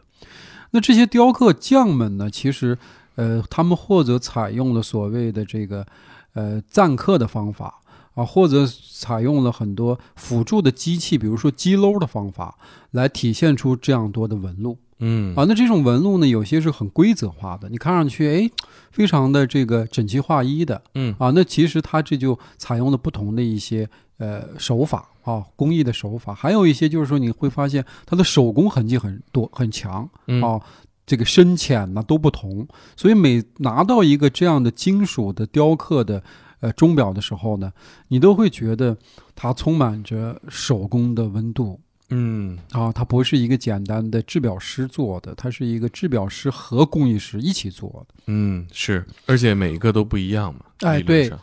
S3: 那这些雕刻匠们呢，其实，呃，他们或者采用了所谓的这个，呃，錾刻的方法啊，或者采用了很多辅助的机器，比如说机篓的方法，来体现出这样多的纹路。
S2: 嗯
S3: 啊，那这种纹路呢，有些是很规则化的，你看上去哎，非常的这个整齐划一的
S2: 嗯
S3: 啊。那其实它这就采用了不同的一些呃手法啊，工艺的手法，还有一些就是说你会发现它的手工痕迹很多很强
S2: 嗯
S3: 啊，这个深浅呢都不同。所以每拿到一个这样的金属的雕刻的呃钟表的时候呢，你都会觉得它充满着手工的温度，
S2: 嗯
S3: 啊，它不是一个简单的制表师做的，它是一个制表师和工艺师一起做的。
S2: 嗯，是，而且每一个都不一样嘛。
S3: 哎
S2: 理论
S3: 对
S2: 上，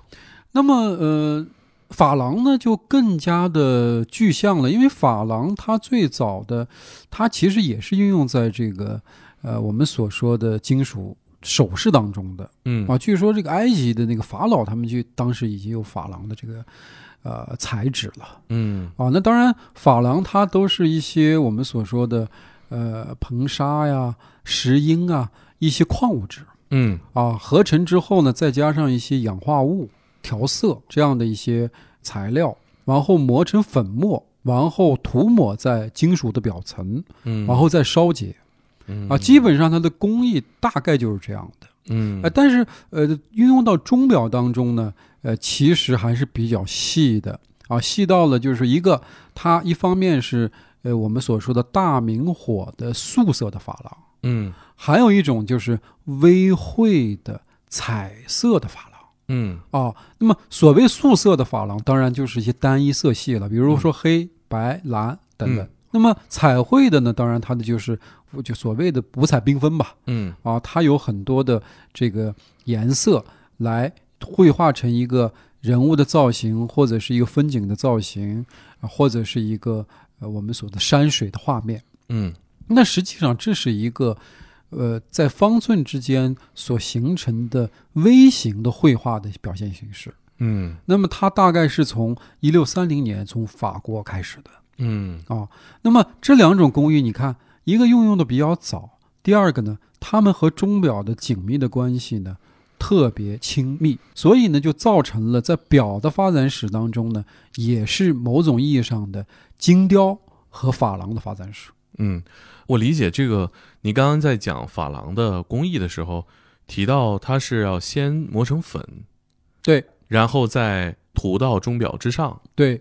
S3: 那么，呃，珐琅呢就更加的具象了，因为珐琅它最早的，它其实也是运用在这个呃我们所说的金属首饰当中的
S2: 嗯
S3: 啊。据说这个埃及的那个法老他们就当时已经有珐琅的这个呃材质了。
S2: 嗯
S3: 啊，那当然，珐琅它都是一些我们所说的，呃，硼砂呀、石英啊，一些矿物质
S2: 嗯
S3: 啊，合成之后呢，再加上一些氧化物、调色这样的一些材料，然后磨成粉末，然后涂抹在金属的表层，
S2: 嗯，
S3: 然后再烧结
S2: 嗯
S3: 啊，基本上它的工艺大概就是这样的。
S2: 嗯
S3: 呃，但是呃，运用到钟表当中呢，呃，其实还是比较细的啊，细到了就是一个，它一方面是呃我们所说的大明火的素色的珐琅，
S2: 嗯
S3: 还有一种就是微绘的彩色的珐琅。
S2: 嗯
S3: 哦，那么所谓素色的珐琅，当然就是一些单一色系了，比如说黑、白、蓝等等。
S2: 嗯
S3: 那么彩绘的呢，当然它的就是就所谓的五彩缤纷吧，
S2: 嗯
S3: 啊，它有很多的这个颜色来绘画成一个人物的造型，或者是一个风景的造型，啊、或者是一个呃我们所的山水的画面。
S2: 嗯
S3: 那实际上这是一个呃在方寸之间所形成的微型的绘画的表现形式。
S2: 嗯
S3: 那么它大概是从一六三零年从法国开始的。
S2: 嗯
S3: 啊那么这两种工艺，你看，一个运用的比较早，第二个呢，它们和钟表的紧密的关系呢特别亲密，所以呢就造成了在表的发展史当中呢，也是某种意义上的精雕和珐琅的发展史。
S2: 嗯，我理解这个。你刚刚在讲珐琅的工艺的时候，提到它是要先磨成粉，
S3: 对
S2: 然后再涂到钟表之上。
S3: 对，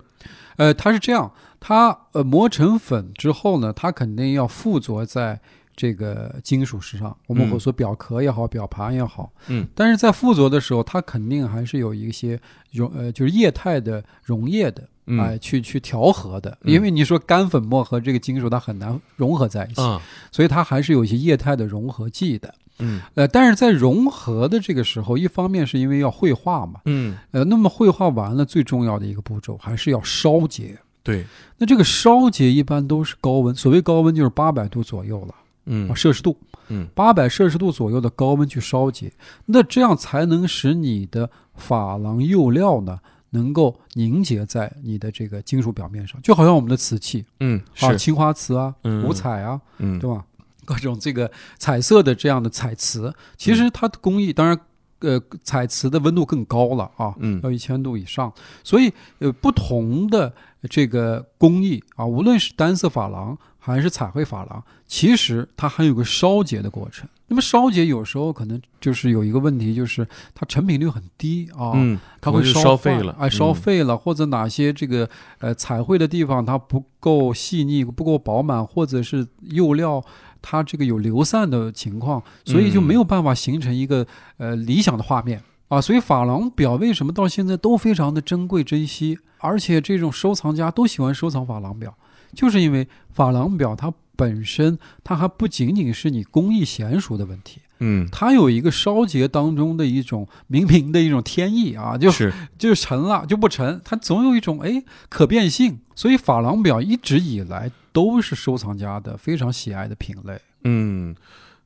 S3: 呃，它是这样，它呃磨成粉之后呢，它肯定要附着在。这个金属之上，我们
S2: 嗯
S3: 会说表壳也好，表盘也好，
S2: 嗯
S3: 但是在附着的时候，它肯定还是有一些溶呃，就是液态的溶液的，
S2: 嗯
S3: 哎、去去调和的。
S2: 嗯
S3: 因为你说干粉末和这个金属它很难融合在一起，
S2: 啊
S3: 所以它还是有一些液态的融合剂的。
S2: 嗯
S3: 呃，但是在融合的这个时候，一方面是因为要绘画嘛，
S2: 嗯，
S3: 呃，那么绘画完了最重要的一个步骤还是要烧结。
S2: 对，
S3: 那这个烧结一般都是高温，所谓高温就是八百度左右了。
S2: 嗯
S3: 啊摄氏度，
S2: 嗯，
S3: 八百摄氏度左右的高温去烧结，那这样才能使你的珐琅釉料呢能够凝结在你的这个金属表面上，就好像我们的瓷器
S2: 嗯
S3: 啊，
S2: 是
S3: 青花瓷啊、
S2: 嗯
S3: 五彩啊，
S2: 嗯
S3: 对吧？各种这个彩色的这样的彩瓷，其
S2: 嗯
S3: 实它的工艺当然，呃，彩瓷的温度更高了啊，
S2: 嗯
S3: 要一千度以上。所以，呃，不同的这个工艺啊，无论是单色珐琅还是彩绘珐琅，其实它还有个烧结的过程。那么烧结有时候可能就是有一个问题，就是它成品率很低啊，
S2: 嗯，
S3: 它
S2: 可能
S3: 会
S2: 是
S3: 烧
S2: 烧废
S3: 坏
S2: 了
S3: 哎，烧
S2: 嗯
S3: 废了，或者哪些这个呃彩绘的地方它不够细腻、不够饱满，或者是釉料它这个有流散的情况，所以就
S2: 嗯
S3: 没有办法形成一个呃理想的画面啊。所以珐琅表为什么到现在都非常的珍贵、珍惜，而且这种收藏家都喜欢收藏珐琅表，就是因为珐琅表它本身它还不仅仅是你工艺娴熟的问题，
S2: 嗯
S3: 它有一个烧结当中的一种冥冥的一种天意啊，就是就沉了就不沉，它总有一种哎可变性。所以珐琅表一直以来都是收藏家的非常喜爱的品类。
S2: 嗯。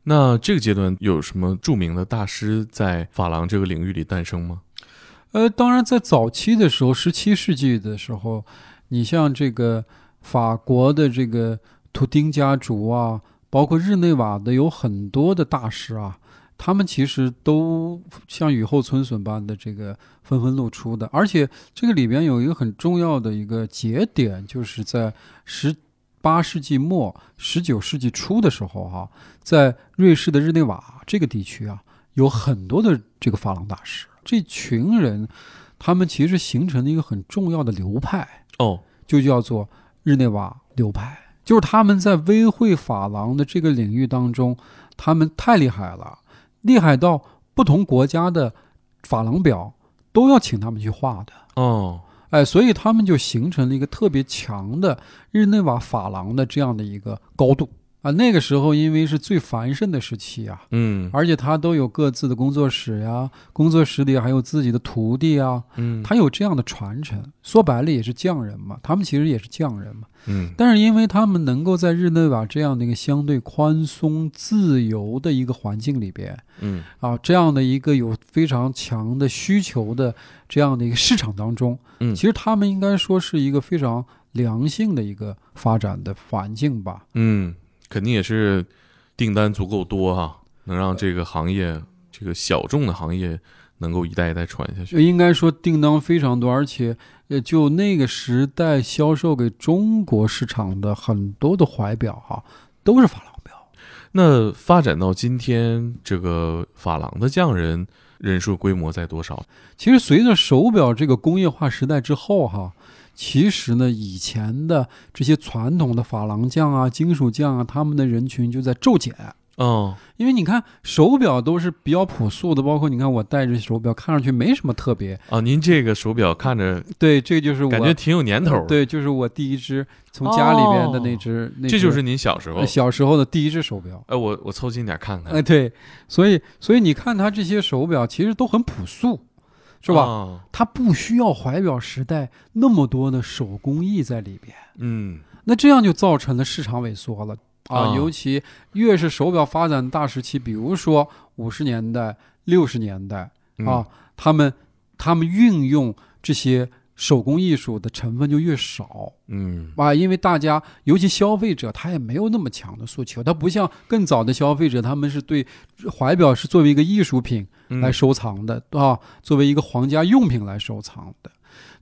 S2: 那这个阶段有什么著名的大师在珐琅这个领域里诞生吗？
S3: 呃，当然在早期的时候，十七世纪的时候，你像这个法国的这个图丁家族啊，包括日内瓦的有很多的大师啊。他们其实都像雨后春笋般的这个纷纷露出的，而且这个里边有一个很重要的一个节点，就是在十八世纪末、十九世纪初的时候、哈，在瑞士的日内瓦这个地区啊，有很多的这个珐琅大师。这群人，他们其实形成了一个很重要的流派，
S2: 哦，
S3: 就叫做日内瓦流派。就是他们在微绘珐琅的这个领域当中，他们太厉害了，厉害到不同国家的珐琅表都要请他们去画的。
S2: 哦，
S3: 哎，所以他们就形成了一个特别强的日内瓦珐琅的这样的一个高度啊。那个时候因为是最繁盛的时期啊，
S2: 嗯
S3: 而且他都有各自的工作室呀、工作室里还有自己的徒弟啊，
S2: 嗯，
S3: 他有这样的传承。说白了也是匠人嘛，他们其实也是匠人嘛。
S2: 嗯
S3: 但是因为他们能够在日内瓦这样的一个相对宽松、自由的一个环境里边
S2: 嗯
S3: 啊，这样的一个有非常强的需求的这样的一个市场当中，
S2: 嗯
S3: 其实他们应该说是一个非常良性的一个发展的环境吧。
S2: 嗯，肯定也是订单足够多哈、能让这个行业这个小众的行业能够一代一代传下去。
S3: 就应该说订单非常多，而且呃，就那个时代销售给中国市场的很多的怀表哈、都是珐琅表。
S2: 那发展到今天，这个珐琅的匠人人数规模在多少？
S3: 其实随着手表这个工业化时代之后哈、其实呢，以前的这些传统的珐琅匠啊、金属匠啊，他们的人群就在骤减。
S2: 哦，
S3: 因为你看手表都是比较朴素的，包括你看我戴着手表，看上去没什么特别。
S2: 啊，您这个手表看着
S3: 对，这就是我
S2: 感觉挺有年头儿，哦
S3: 对，就是我第一只从家里边的那只，那
S2: 这
S3: 只
S2: 就是您小时候
S3: 呃。小时候的第一只手表。
S2: 哎，我我凑近点看看，
S3: 哎，对，所以所以你看它这些手表其实都很朴素，是吧？
S2: 哦
S3: 它不需要怀表时代那么多的手工艺在里边，
S2: 嗯
S3: 那这样就造成了市场萎缩了啊！
S2: 啊
S3: 尤其越是手表发展大时期，比如说五十年代、六十年代
S2: 嗯
S3: 啊，他们他们运用这些手工艺术的成分就越少。
S2: 嗯
S3: 啊，因为大家，尤其消费者，他也没有那么强的诉求，他不像更早的消费者，他们是对怀表是作为一个艺术品
S2: 嗯
S3: 来收藏的、啊，作为一个皇家用品来收藏的。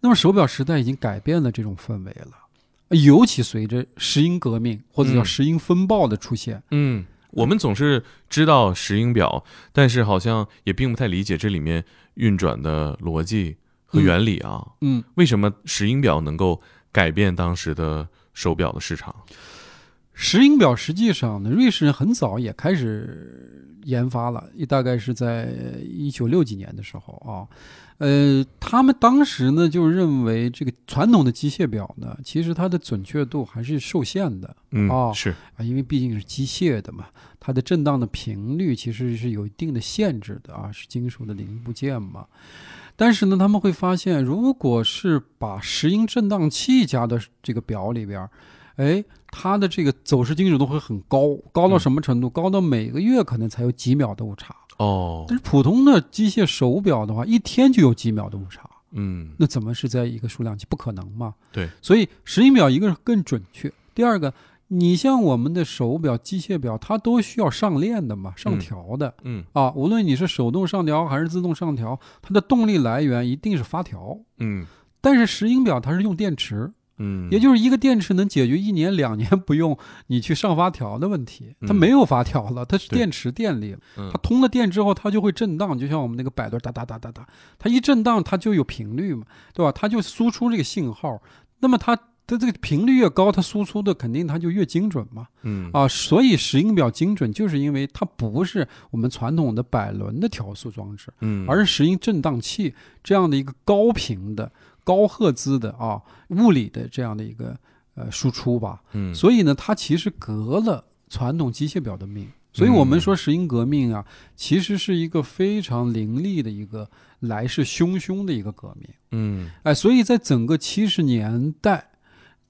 S3: 那么手表时代已经改变了这种氛围了，尤其随着石英革命或者叫
S2: 嗯
S3: 石英风暴的出现，
S2: 嗯，我们总是知道石英表，但是好像也并不太理解这里面运转的逻辑和原理啊。
S3: 嗯，
S2: 为什么石英表能够改变当时的手表的市场？
S3: 石英表实际上呢，瑞士人很早也开始研发了，也大概是在一九六几年的时候啊。呃，他们当时呢就认为这个传统的机械表呢，其实它的准确度还是受限的
S2: 嗯，
S3: 哦
S2: 是，
S3: 啊，因为毕竟是机械的嘛，它的震荡的频率其实是有一定的限制的啊，是金属的零部件嘛。但是呢，他们会发现，如果是把石英振荡器加到这个表里边儿，哎，它的这个走势精准度会很高，高到
S2: 嗯
S3: 什么程度？高到每个月可能才有几秒的误差。
S2: 哦
S3: 但，是普通的机械手表的话，一天就有几秒的误差，
S2: 嗯
S3: 那怎么是在一个数量级？不可能嘛。
S2: 对，
S3: 所以石英表一个是更准确，第二个，你像我们的手表、机械表，它都需要上链的嘛，
S2: 嗯
S3: 上调的、
S2: 嗯
S3: 啊。无论你是手动上调还是自动上调，它的动力来源一定是发条。
S2: 嗯
S3: 但是石英表它是用电池，
S2: 嗯，
S3: 也就是一个电池能解决一年两年不用你去上发条的问题，它
S2: 嗯
S3: 没有发条了，它是
S2: 对
S3: 电池电力了
S2: 嗯
S3: 它通了电之后，它就会震荡，就像我们那个摆轮哒哒哒哒哒，它一震荡它就有频率嘛，对吧？它就输出这个信号，那么它它这个频率越高，它输出的肯定它就越精准嘛，
S2: 嗯
S3: 啊，所以石英表精准就是因为它不是我们传统的摆轮的调速装置，
S2: 嗯，
S3: 而是石英振荡器这样的一个高频的、高赫兹的啊物理的这样的一个呃输出吧，
S2: 嗯
S3: 所以呢，它其实革了传统机械表的命。所以我
S2: 嗯
S3: 们说石英革命啊，其实是一个非常凌厉的一个来势汹汹的一个革命。
S2: 嗯
S3: 哎，所以在整个七十年代，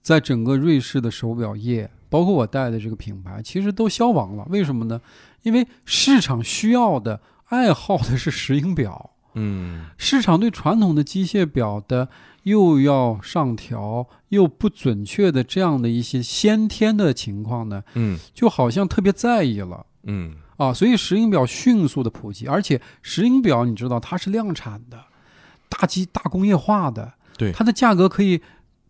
S3: 在整个瑞士的手表业，包括我带的这个品牌，其实都消亡了。为什么呢？因为市场需要的、爱好的是石英表，
S2: 嗯
S3: 市场对传统的机械表的又要上调又不准确的这样的一些先天的情况呢，
S2: 嗯
S3: 就好像特别在意了
S2: 嗯
S3: 啊，所以石英表迅速的普及，而且石英表你知道它是量产的，大机大工业化的，
S2: 对
S3: 它的价格可以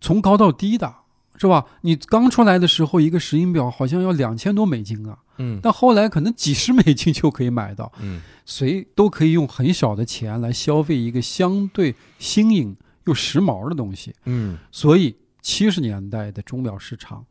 S3: 从高到低的。是吧？你刚出来的时候，一个石英表好像要两千多美金啊，
S2: 嗯
S3: 但后来可能几十美金就可以买到。
S2: 嗯
S3: 谁都可以用很少的钱来消费一个相对新颖又时髦的东西。
S2: 嗯
S3: 所以，七十年代的钟表市场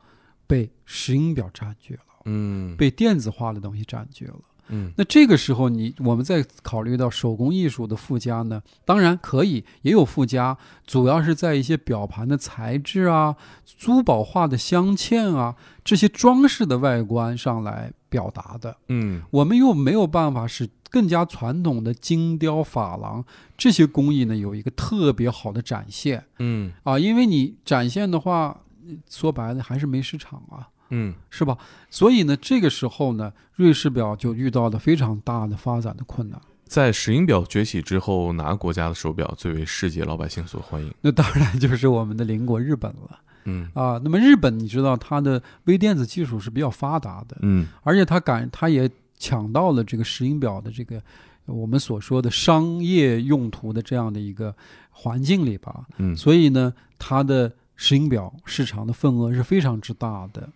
S3: 被石英表占据了，
S2: 嗯
S3: 被电子化的东西占据了。
S2: 嗯
S3: 那这个时候你，我们再考虑到手工艺术的附加呢，当然可以也有附加，主要是在一些表盘的材质啊、珠宝化的镶嵌啊这些装饰的外观上来表达的。
S2: 嗯
S3: 我们又没有办法使更加传统的精雕珐琅这些工艺呢有一个特别好的展现
S2: 嗯
S3: 啊，因为你展现的话，嗯说白了还是没市场啊，
S2: 嗯
S3: 是吧？所以呢，这个时候呢，瑞士表就遇到了非常大的发展的困难。 *laughs*
S2: 在石英表崛起之后，哪个国家的手表最为世界老百姓所欢迎？
S3: 那当然就是我们的邻国日本了
S2: 嗯
S3: 啊。那么日本，你知道它的微电子技术是比较发达的，
S2: 嗯
S3: 而且它敢，它也抢到了这个石英表的这个我们所说的商业用途的这样的一个环境里吧。
S2: 嗯
S3: 所以呢，它的石英表市场的份额是非常之大的，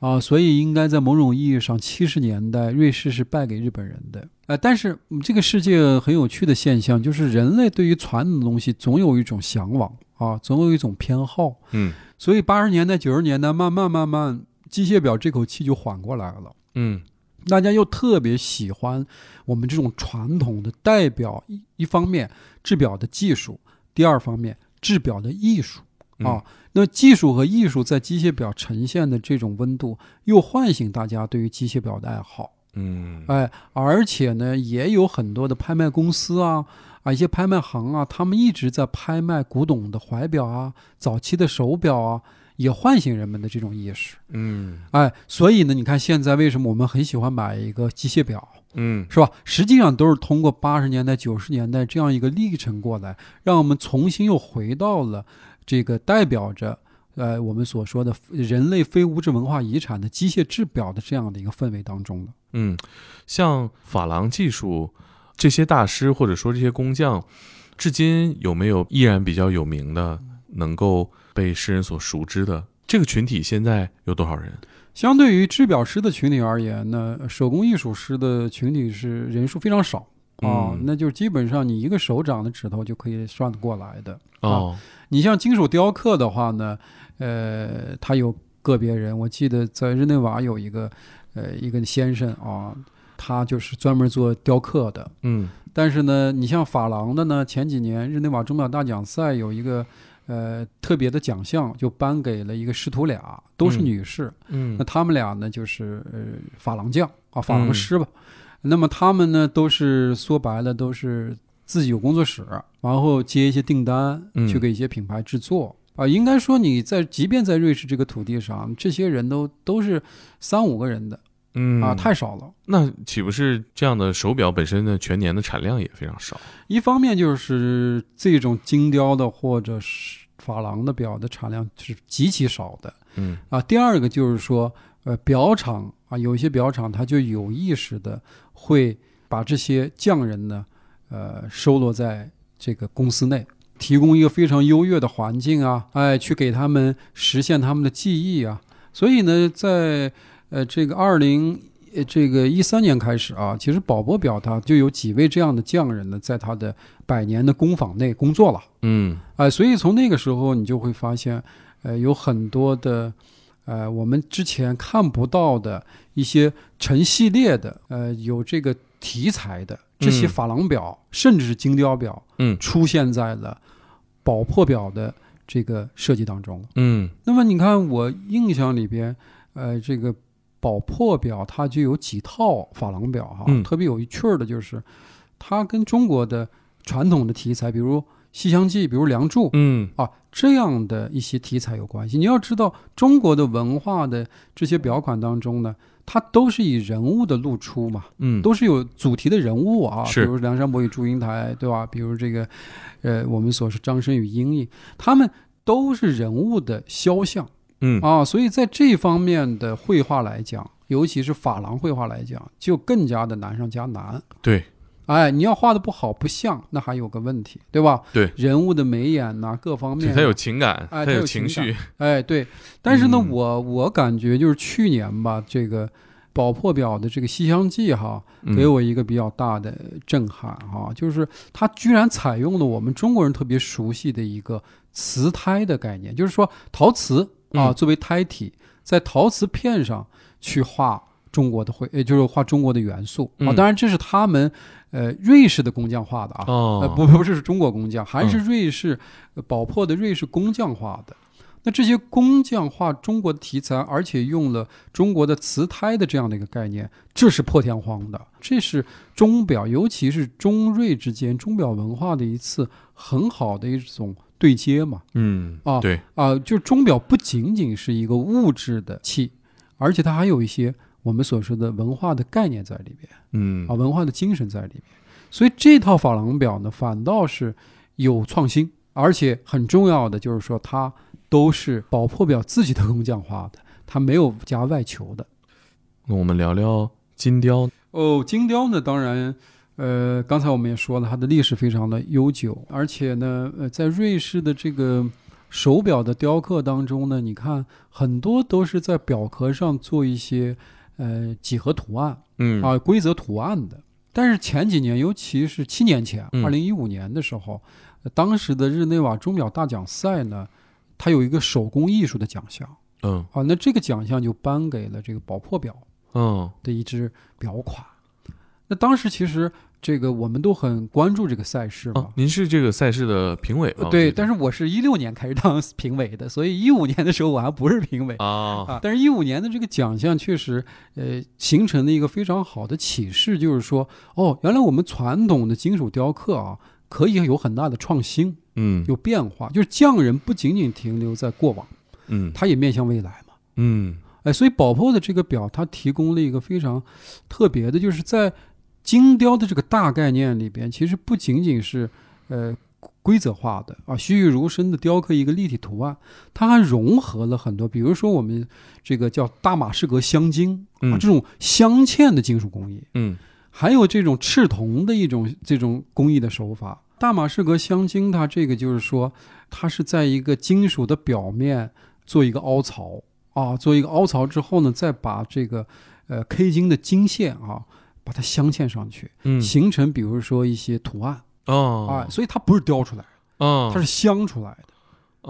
S3: 啊，所以应该在某种意义上，七十年代瑞士是败给日本人的。呃，但是嗯这个世界很有趣的现象就是，人类对于传统的东西总有一种向往啊，总有一种偏好。
S2: 嗯
S3: 所以八十年代、九十年代，慢慢慢慢，机械表这口气就缓过来了。
S2: 嗯
S3: 大家又特别喜欢我们这种传统的代表一一方面制表的技术，第二方面制表的艺术
S2: 嗯
S3: 啊。那技术和艺术在机械表呈现的这种温度，又唤醒大家对于机械表的爱好。
S2: 嗯
S3: 哎，而且呢，也有很多的拍卖公司啊，啊，一些拍卖行啊，他们一直在拍卖古董的怀表啊、早期的手表啊，也唤醒人们的这种意识。
S2: 嗯
S3: 哎，所以呢，你看现在为什么我们很喜欢买一个机械表，
S2: 嗯
S3: 是吧？实际上都是通过八十年代、九十年代这样一个历程过来，让我们重新又回到了这个代表着。呃，我们所说的人类非物质文化遗产的机械制表的这样的一个氛围当中了。
S2: 嗯，像珐琅技术这些大师或者说这些工匠，至今有没有依然比较有名的，能够被世人所熟知的这个群体，现在有多少人？
S3: 相对于制表师的群体而言呢，手工艺术师的群体是人数非常少啊、
S2: 嗯
S3: 那就是基本上你一个手掌的指头就可以算得过来的。
S2: 哦，
S3: 你像金属雕刻的话呢，呃，它有个别人，我记得在日内瓦有一个，呃，一个先生啊，他就是专门做雕刻的。
S2: 嗯
S3: 但是呢，你像珐琅的呢，前几年日内瓦钟表大奖赛有一个呃特别的奖项，就颁给了一个师徒俩，都是
S2: 嗯
S3: 女士。
S2: 嗯
S3: 那他们俩呢，就是呃珐琅匠啊，珐琅
S2: 嗯
S3: 师吧。那么他们呢，都是说白了，都是自己有工作室，然后接一些订单
S2: 嗯
S3: 去给一些品牌制作。啊，应该说你在即便在瑞士这个土地上，这些人都都是三五个人的
S2: 嗯
S3: 啊，太少了。
S2: 那岂不是这样的手表本身的全年的产量也非常少？
S3: 一方面就是这种精雕的或者是珐琅的表的产量是极其少的
S2: 嗯
S3: 啊。第二个就是说，呃，表厂啊，有一些表厂它就有意识的会把这些匠人呢，呃，收罗在这个公司内，提供一个非常优越的环境啊，哎，去给他们实现他们的技艺啊。所以呢，在呃这个二零呃，这个一三年开始啊，其实宝珀表它就有几位这样的匠人呢，在他的百年的工坊内工作了。
S2: 嗯
S3: 哎、所以从那个时候你就会发现，呃，有很多的，呃，我们之前看不到的一些成系列的，呃，有这个题材的这些
S2: 嗯
S3: 珐琅表，甚至是精雕表，
S2: 嗯
S3: 出现在了宝珀表的这个设计当中。
S2: 嗯
S3: 那么你看，我印象里边，呃，这个宝珀表它就有几套珐琅表哈、
S2: 嗯
S3: 特别有趣儿的就是，它跟中国的传统的题材，比如《西厢记》，比如《梁祝》
S2: 嗯
S3: 啊这样的一些题材有关系。你要知道，中国的文化的这些表款当中呢，它都是以人物的露出嘛，
S2: 嗯，
S3: 都是有主题的人物啊，比
S2: 是
S3: 如梁山伯与祝英台，对吧？比如这个，呃，我们所说张生与英英，他们都是人物的肖像
S2: 嗯
S3: 啊，所以在这方面的绘画来讲，尤其是珐琅绘画来讲，就更加的难上加难。
S2: 对，
S3: 哎，你要画的不好不像，那还有个问题，对吧？
S2: 对
S3: 人物的眉眼呐、各方面
S2: 对
S3: 啊，
S2: 它有情感，
S3: 哎
S2: 它
S3: 它有
S2: 有情
S3: 情
S2: 绪，
S3: 哎，对，但是呢，
S2: 嗯
S3: 我我感觉就是去年吧，这个宝珀表的这个《西厢记》哈，
S2: 嗯
S3: 给我一个比较大的震撼哈、就是它居然采用了我们中国人特别熟悉的一个瓷胎的概念，就是说陶瓷啊
S2: 嗯
S3: 作为胎体，在陶瓷片上去画中国的绘，也就是画中国的元素啊。
S2: 嗯
S3: 当然这是他们呃瑞士的工匠画的啊，呃，
S2: 哦，
S3: 不不是中国工匠，还是瑞士呃宝珀的瑞士工匠画的。那这些工匠画中国的题材，而且用了中国的瓷胎的这样的一个概念，这是破天荒的，这是钟表，尤其是中瑞之间钟表文化的一次很好的一种对接嘛。
S2: 嗯
S3: 啊
S2: 对，
S3: 啊、就是钟表不仅仅是一个物质的器，而且它还有一些我们所说的文化的概念在里边。
S2: 嗯
S3: 啊，文化的精神在里面。所以这套珐琅表呢，反倒是有创新，而且很重要的就是说，它都是宝珀表自己的工匠画的，它没有加外求的。
S2: 那我们聊聊金雕，
S3: 哦，金雕呢，当然，呃，刚才我们也说了，它的历史非常的悠久，而且呢，呃，在瑞士的这个手表的雕刻当中呢，你看很多都是在表壳上做一些呃几何图案，
S2: 嗯
S3: 啊、规则图案的。但是前几年，尤其是七年前，
S2: 嗯
S3: 二零一五年的时候、呃当时的日内瓦钟表大奖赛呢，它有一个手工艺术的奖项
S2: 嗯
S3: 啊，那这个奖项就颁给了这个宝珀表
S2: 嗯
S3: 的一只表款。那当时其实这个我们都很关注这个赛事
S2: 啊
S3: 嘛，，
S2: 您是这个赛事的评委吗？
S3: 对。但
S2: 是
S3: 是我是一六年开始当评委的，所以一五年的时候我还不是评委
S2: 啊，
S3: 啊，但是，一五年的这个奖项确实，呃，形成了一个非常好的启示，就是说，哦，原来我们传统的金属雕刻啊，可以有很大的创新，
S2: 嗯
S3: 有变化，就是匠人不仅仅停留在过往，
S2: 嗯
S3: 他也面向未来嘛。
S2: 嗯
S3: 哎，所以宝珀的这个表，它提供了一个非常特别的，就是在精雕的这个大概念里边，其实不仅仅是呃规则化的啊，栩栩如生的雕刻一个立体图案，它还融合了很多，比如说我们这个叫大马士革镶金啊，
S2: 嗯
S3: 这种镶嵌的金属工艺，
S2: 嗯
S3: 还有这种赤铜的一种这种工艺的手法。大马士革镶金，它这个就是说，它是在一个金属的表面做一个凹槽啊，做一个凹槽之后呢，再把这个呃 K 金的金线啊，把它镶嵌上去，
S2: 嗯
S3: 形成比如说一些图案、
S2: 哦
S3: 啊，所以它不是雕出来，
S2: 哦，
S3: 啊它是镶出来的。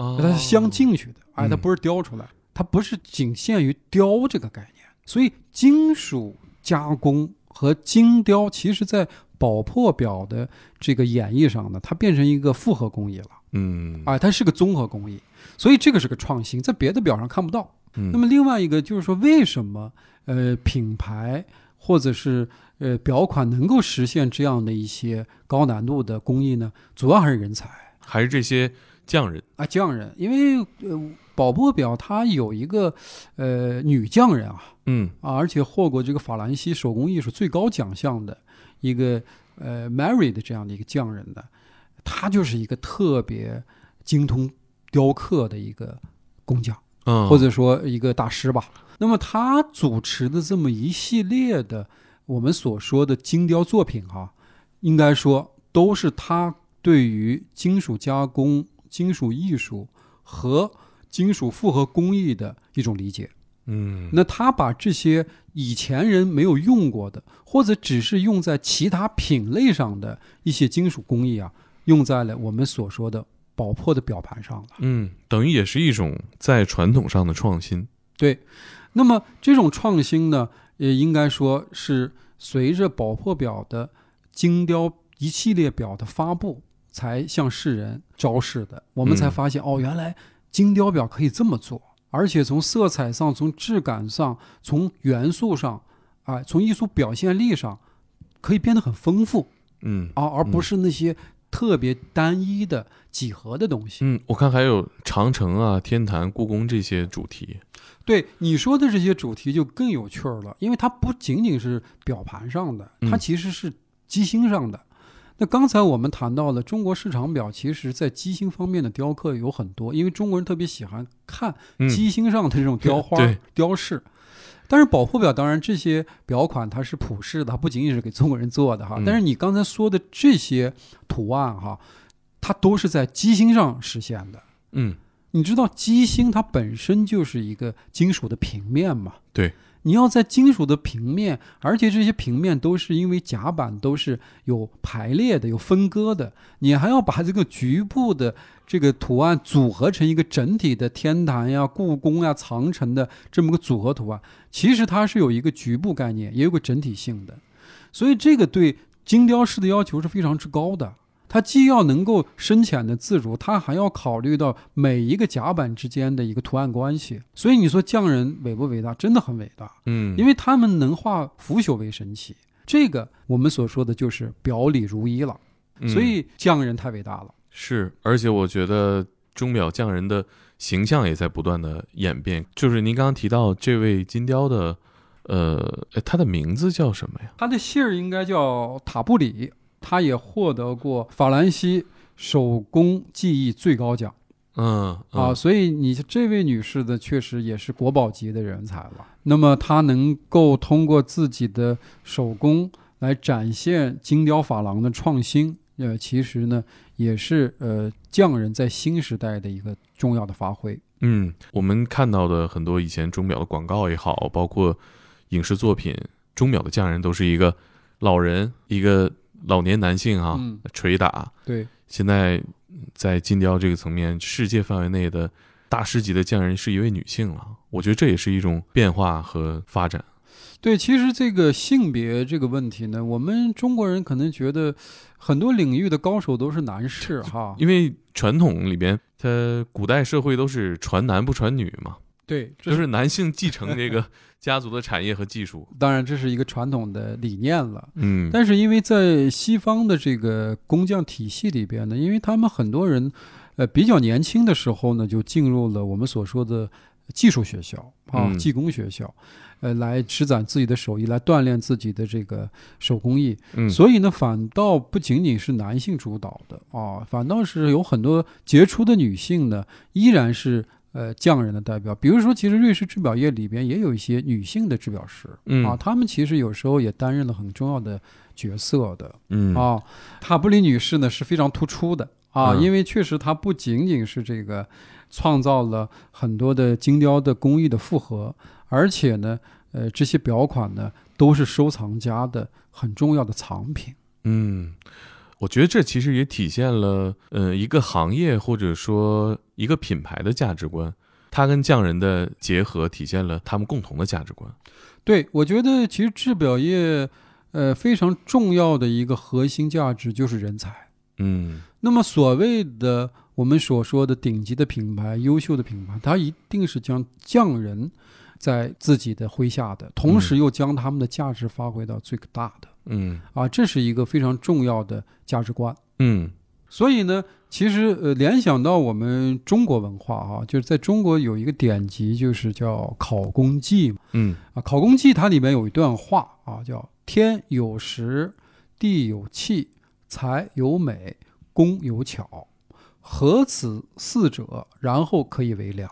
S2: 哦
S3: 它是镶进去的，哎，
S2: 嗯
S3: 它不是雕出来，它不是仅限于雕这个概念。所以金属加工和精雕，其实在宝珀表的这个演绎上呢，它变成一个复合工艺了，
S2: 嗯
S3: 哎，它是个综合工艺，所以这个是个创新，在别的表上看不到。
S2: 嗯
S3: 那么另外一个就是说，为什么呃品牌或者是呃表款能够实现这样的一些高难度的工艺呢？主要还是人才。
S2: 还是这些匠人，
S3: 啊，匠人，因为呃，宝珀表它有一个呃女匠人啊，
S2: 嗯
S3: 啊，而且获过这个法兰西手工艺术最高奖项的一个呃 Mary 的这样的一个匠人的，他就是一个特别精通雕刻的一个工匠，
S2: 嗯，
S3: 或者说一个大师吧。那么他主持的这么一系列的我们所说的精雕作品哈、应该说都是他对于金属加工、金属艺术和金属复合工艺的一种理解。
S2: 嗯
S3: 那他把这些以前人没有用过的，或者只是用在其他品类上的一些金属工艺啊，用在了我们所说的宝珀的表盘上了。
S2: 嗯，等于也是一种在传统上的创新，
S3: 对，那么这种创新呢，也应该说是随着宝珀表的精雕一系列表的发布，才向世人昭示的。我们才
S2: 嗯
S3: 发现，哦，原来精雕表可以这么做，而且从色彩上、从质感上、从元素上，啊、从艺术表现力上，可以变得很丰富
S2: 嗯
S3: 啊，而
S2: 嗯
S3: 不是那些特别单一的几何的东西。
S2: 嗯，我看还有长城啊、天坛、故宫这些主题，
S3: 对你说的这些主题就更有趣儿了，因为它不仅仅是表盘上的，它
S2: 嗯
S3: 其实是机芯上的。那刚才我们谈到了中国市场表，其实在机芯方面的雕刻有很多，因为中国人特别喜欢看
S2: 嗯
S3: 机芯上的这种雕花、
S2: 对
S3: 雕饰。但是宝珀表当然这些表款它是普世的，它不仅仅是给中国人做的哈。
S2: 嗯
S3: 但是你刚才说的这些图案哈，它都是在机芯上实现的。
S2: 嗯
S3: 你知道机芯它本身就是一个金属的平面嘛？
S2: 对，
S3: 你要在金属的平面，而且这些平面都是因为甲板都是有排列的、有分割的，你还要把这个局部的这个图案组合成一个整体的天坛呀、故宫呀、长城的这么个组合图案。其实它是有一个局部概念，也有个整体性的，所以这个对精雕师的要求是非常之高的。它既要能够深浅的自如，它还要考虑到每一个甲板之间的一个图案关系。所以你说匠人伟不伟大？真的很伟大，
S2: 嗯，
S3: 因
S2: 为
S3: 为他们能化腐朽为神奇。这个我们所说的就是表里如一了。所以匠人太伟大了。
S2: 是，而且我觉得钟表匠人的形象也在不断的演变。就是您刚刚提到这位金雕的，呃，哎他的名字叫什么呀？
S3: 他的姓儿应该叫塔布里，他也获得过法兰西手工技艺最高奖。
S2: 嗯
S3: 啊，
S2: 嗯
S3: 所以你这位女士的确实也是国宝级的人才了。那么她能够通过自己的手工来展现精雕珐琅的创新，呃，其实呢也是呃匠人在新时代的一个重要的发挥。
S2: 嗯，我们看到的很多以前钟表的广告也好，包括影视作品，钟表的匠人都是一个老人，一个老年男性啊，
S3: 嗯
S2: 捶打。
S3: 对，
S2: 现在在金雕这个层面，世界范围内的大师级的匠人是一位女性了。我觉得这也是一种变化和发展。
S3: 对，其实这个性别这个问题呢，我们中国人可能觉得很多领域的高手都是男士哈，
S2: 因为传统里边，它古代社会都是传男不传女嘛，
S3: 对，这
S2: 就是男性继承这个家族的产业和技
S3: *laughs*
S2: 术。
S3: 当然这是一个传统的理念了。
S2: 嗯，
S3: 但是因为在西方的这个工匠体系里边呢，因为他们很多人，呃，比较年轻的时候呢，就进入了我们所说的技术学校啊，
S2: 嗯
S3: 技工学校，呃，来施展自己的手艺，来锻炼自己的这个手工艺。
S2: 嗯，
S3: 所以呢，反倒不仅仅是男性主导的啊，反倒是有很多杰出的女性呢，依然是。呃，匠人的代表，比如说，其实瑞士制表业里边也有一些女性的制表师，
S2: 嗯
S3: 啊，他们其实有时候也担任了很重要的角色的
S2: 嗯
S3: 啊。塔布里女士呢是非常突出的啊，
S2: 嗯
S3: 因为确实她不仅仅是这个创造了很多的精雕的工艺的复合，而且呢，呃，这些表款呢都是收藏家的很重要的藏品。
S2: 嗯，我觉得这其实也体现了，呃，一个行业或者说一个品牌的价值观，它跟匠人的结合，体现了他们共同的价值观。
S3: 对，我觉得其实制表业，呃，非常重要的一个核心价值就是人才。
S2: 嗯
S3: 那么所谓的我们所说的顶级的品牌、优秀的品牌，它一定是将匠人在自己的麾下的，同时又将他们的价值发挥到最大的、
S2: 嗯
S3: 啊，这是一个非常重要的价值观。
S2: 嗯，
S3: 所以呢，其实呃，联想到我们中国文化啊，就是在中国有一个典籍，就是叫《考工记》嘛
S2: 嗯
S3: 啊，《考工记》它里面有一段话啊，叫“天有时，地有气，才有美，工有巧，合此四者，然后可以为良。”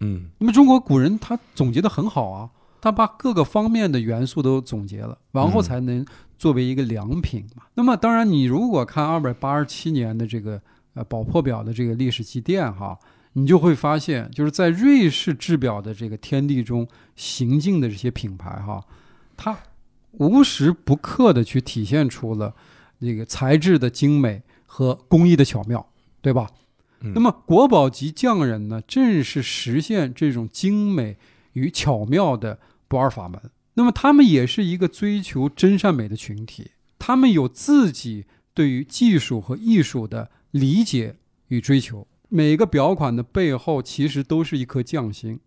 S2: 嗯
S3: 那么中国古人他总结的很好啊，他把各个方面的元素都总结了，然后才能作为一个良品嘛。那么当然，你如果看二百八十七年的这个呃宝珀表的这个历史积淀哈，你就会发现，就是在瑞士制表的这个天地中行进的这些品牌哈，它无时不刻的去体现出了这个材质的精美和工艺的巧妙，对吧？
S2: 嗯
S3: 那么国宝级匠人呢，正是实现这种精美与巧妙的不二法门。那么他们也是一个追求真善美的群体，他们有自己对于技术和艺术的理解与追求。每个表款的背后，其实都是一颗匠心，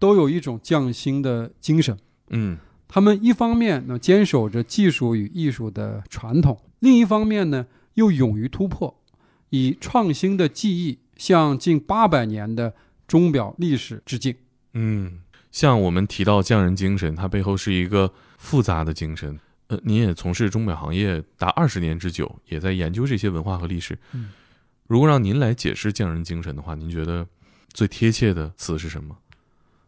S3: 都有一种匠心的精神。
S2: 嗯
S3: 他们一方面呢坚守着技术与艺术的传统，另一方面呢又勇于突破，以创新的技艺向近八百年的钟表历史致敬。
S2: 嗯，像我们提到匠人精神，它背后是一个复杂的精神。呃，您也从事钟表行业达二十年之久，也在研究这些文化和历史。
S3: 嗯
S2: 如果让您来解释匠人精神的话，您觉得最贴切的词是什么？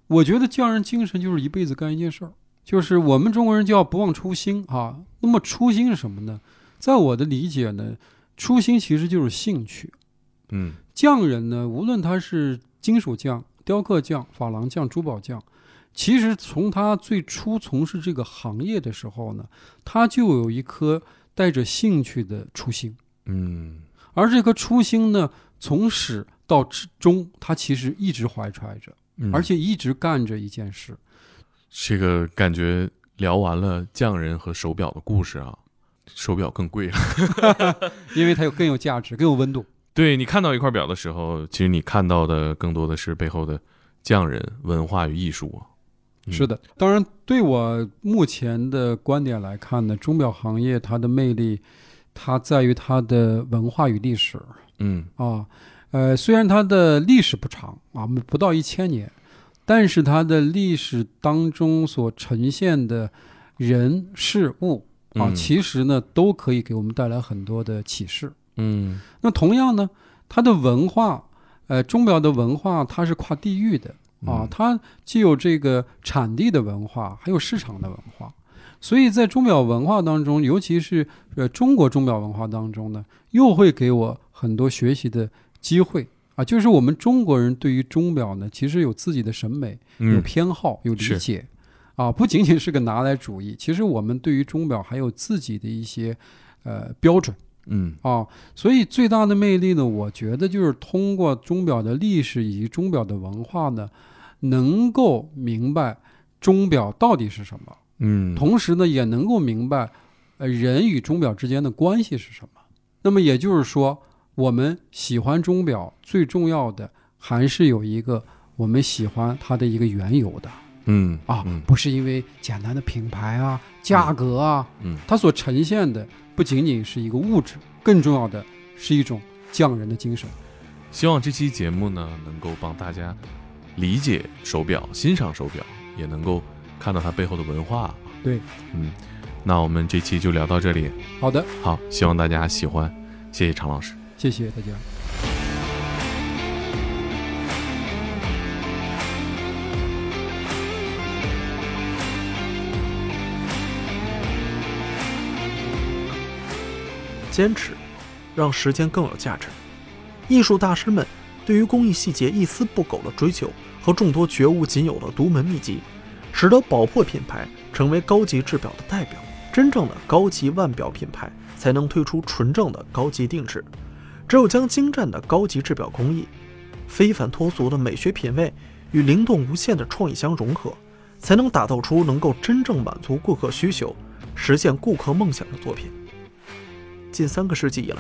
S3: 我觉得匠人精神就是一辈子干一件事儿，就是我们中国人叫不忘初心啊。那么初心是什么呢？在我的理解呢，初心其实就是兴趣。
S2: 嗯
S3: 匠人呢，无论他是金属匠、雕刻匠、珐琅匠、珠宝匠，其实从他最初从事这个行业的时候呢，他就有一颗带着兴趣的初心，
S2: 嗯
S3: 而这颗初心呢，从始到至终，他其实一直怀揣着，
S2: 嗯，
S3: 而且一直干着一件事。
S2: 这个感觉聊完了匠人和手表的故事啊，手表更贵了。啊
S3: 因为它有更有价值，更有温度。
S2: *laughs* 对你看到一块表的时候，其实你看到的更多的是背后的匠人文化与艺术啊。嗯
S3: 是，的，当然，对我目前的观点来看呢，钟表行业它的魅力，它在于它的文化与历史
S2: 嗯
S3: 啊。呃，虽然它的历史不长啊，不到一千年，但是它的历史当中所呈现的人事物啊，
S2: 嗯
S3: 其实呢都可以给我们带来很多的启示。
S2: 嗯
S3: 那同样呢，它的文化，呃，钟表的文化它是跨地域的啊
S2: 嗯，
S3: 它既有这个产地的文化，还有市场的文化。所以在钟表文化当中，尤其是呃中国钟表文化当中呢，又会给我很多学习的机会啊。就是我们中国人对于钟表呢，其实有自己的审美，有
S2: 嗯
S3: 偏好，有理
S2: 是
S3: 解，啊，不仅仅是个拿来主义。其实我们对于钟表还有自己的一些呃标准。
S2: 嗯
S3: 啊，所以最大的魅力呢，我觉得就是通过钟表的历史以及钟表的文化呢，能够明白钟表到底是什么，
S2: 嗯，
S3: 同时呢，也能够明白，呃，人与钟表之间的关系是什么。那么也就是说，我们喜欢钟表最重要的还是有一个我们喜欢它的一个缘由的。
S2: 嗯
S3: 啊
S2: 嗯，
S3: 不是因为简单的品牌啊、价格啊，
S2: 嗯
S3: 它所呈现的不仅仅是一个物质，更重要的是一种匠人的精神。
S2: 希望这期节目呢能够帮大家理解手表、欣赏手表，也能够看到它背后的文化。
S3: 对，
S2: 嗯，那我们这期就聊到这里，
S3: 好的，
S2: 好，希望大家喜欢，谢谢常老师。
S3: 谢谢大家。
S1: 坚持，让时间更有价值。艺术大师们对于工艺细节一丝不苟的追求和众多绝无仅有的独门秘籍，使得宝珀品牌成为高级制表的代表。真正的高级腕表品牌才能推出纯正的高级定制。只有将精湛的高级制表工艺、非凡脱俗的美学品味与灵动无限的创意相融合，才能打造出能够真正满足顾客需求、实现顾客梦想的作品。近三个世纪以来，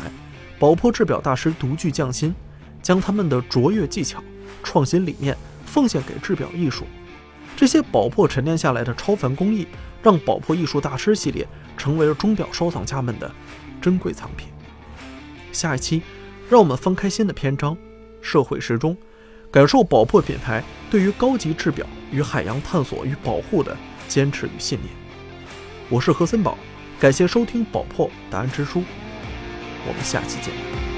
S1: 宝珀制表大师独具匠心，将他们的卓越技巧、创新理念奉献给制表艺术。这些宝珀沉淀下来的超凡工艺，让宝珀艺术大师系列成为了钟表收藏家们的珍贵藏品。下一期让我们翻开新的篇章，社会时钟，感受宝珀品牌对于高级制表与海洋探索与保护的坚持与信念。我是何森宝，感谢收听宝珀答案之书，我们下期见。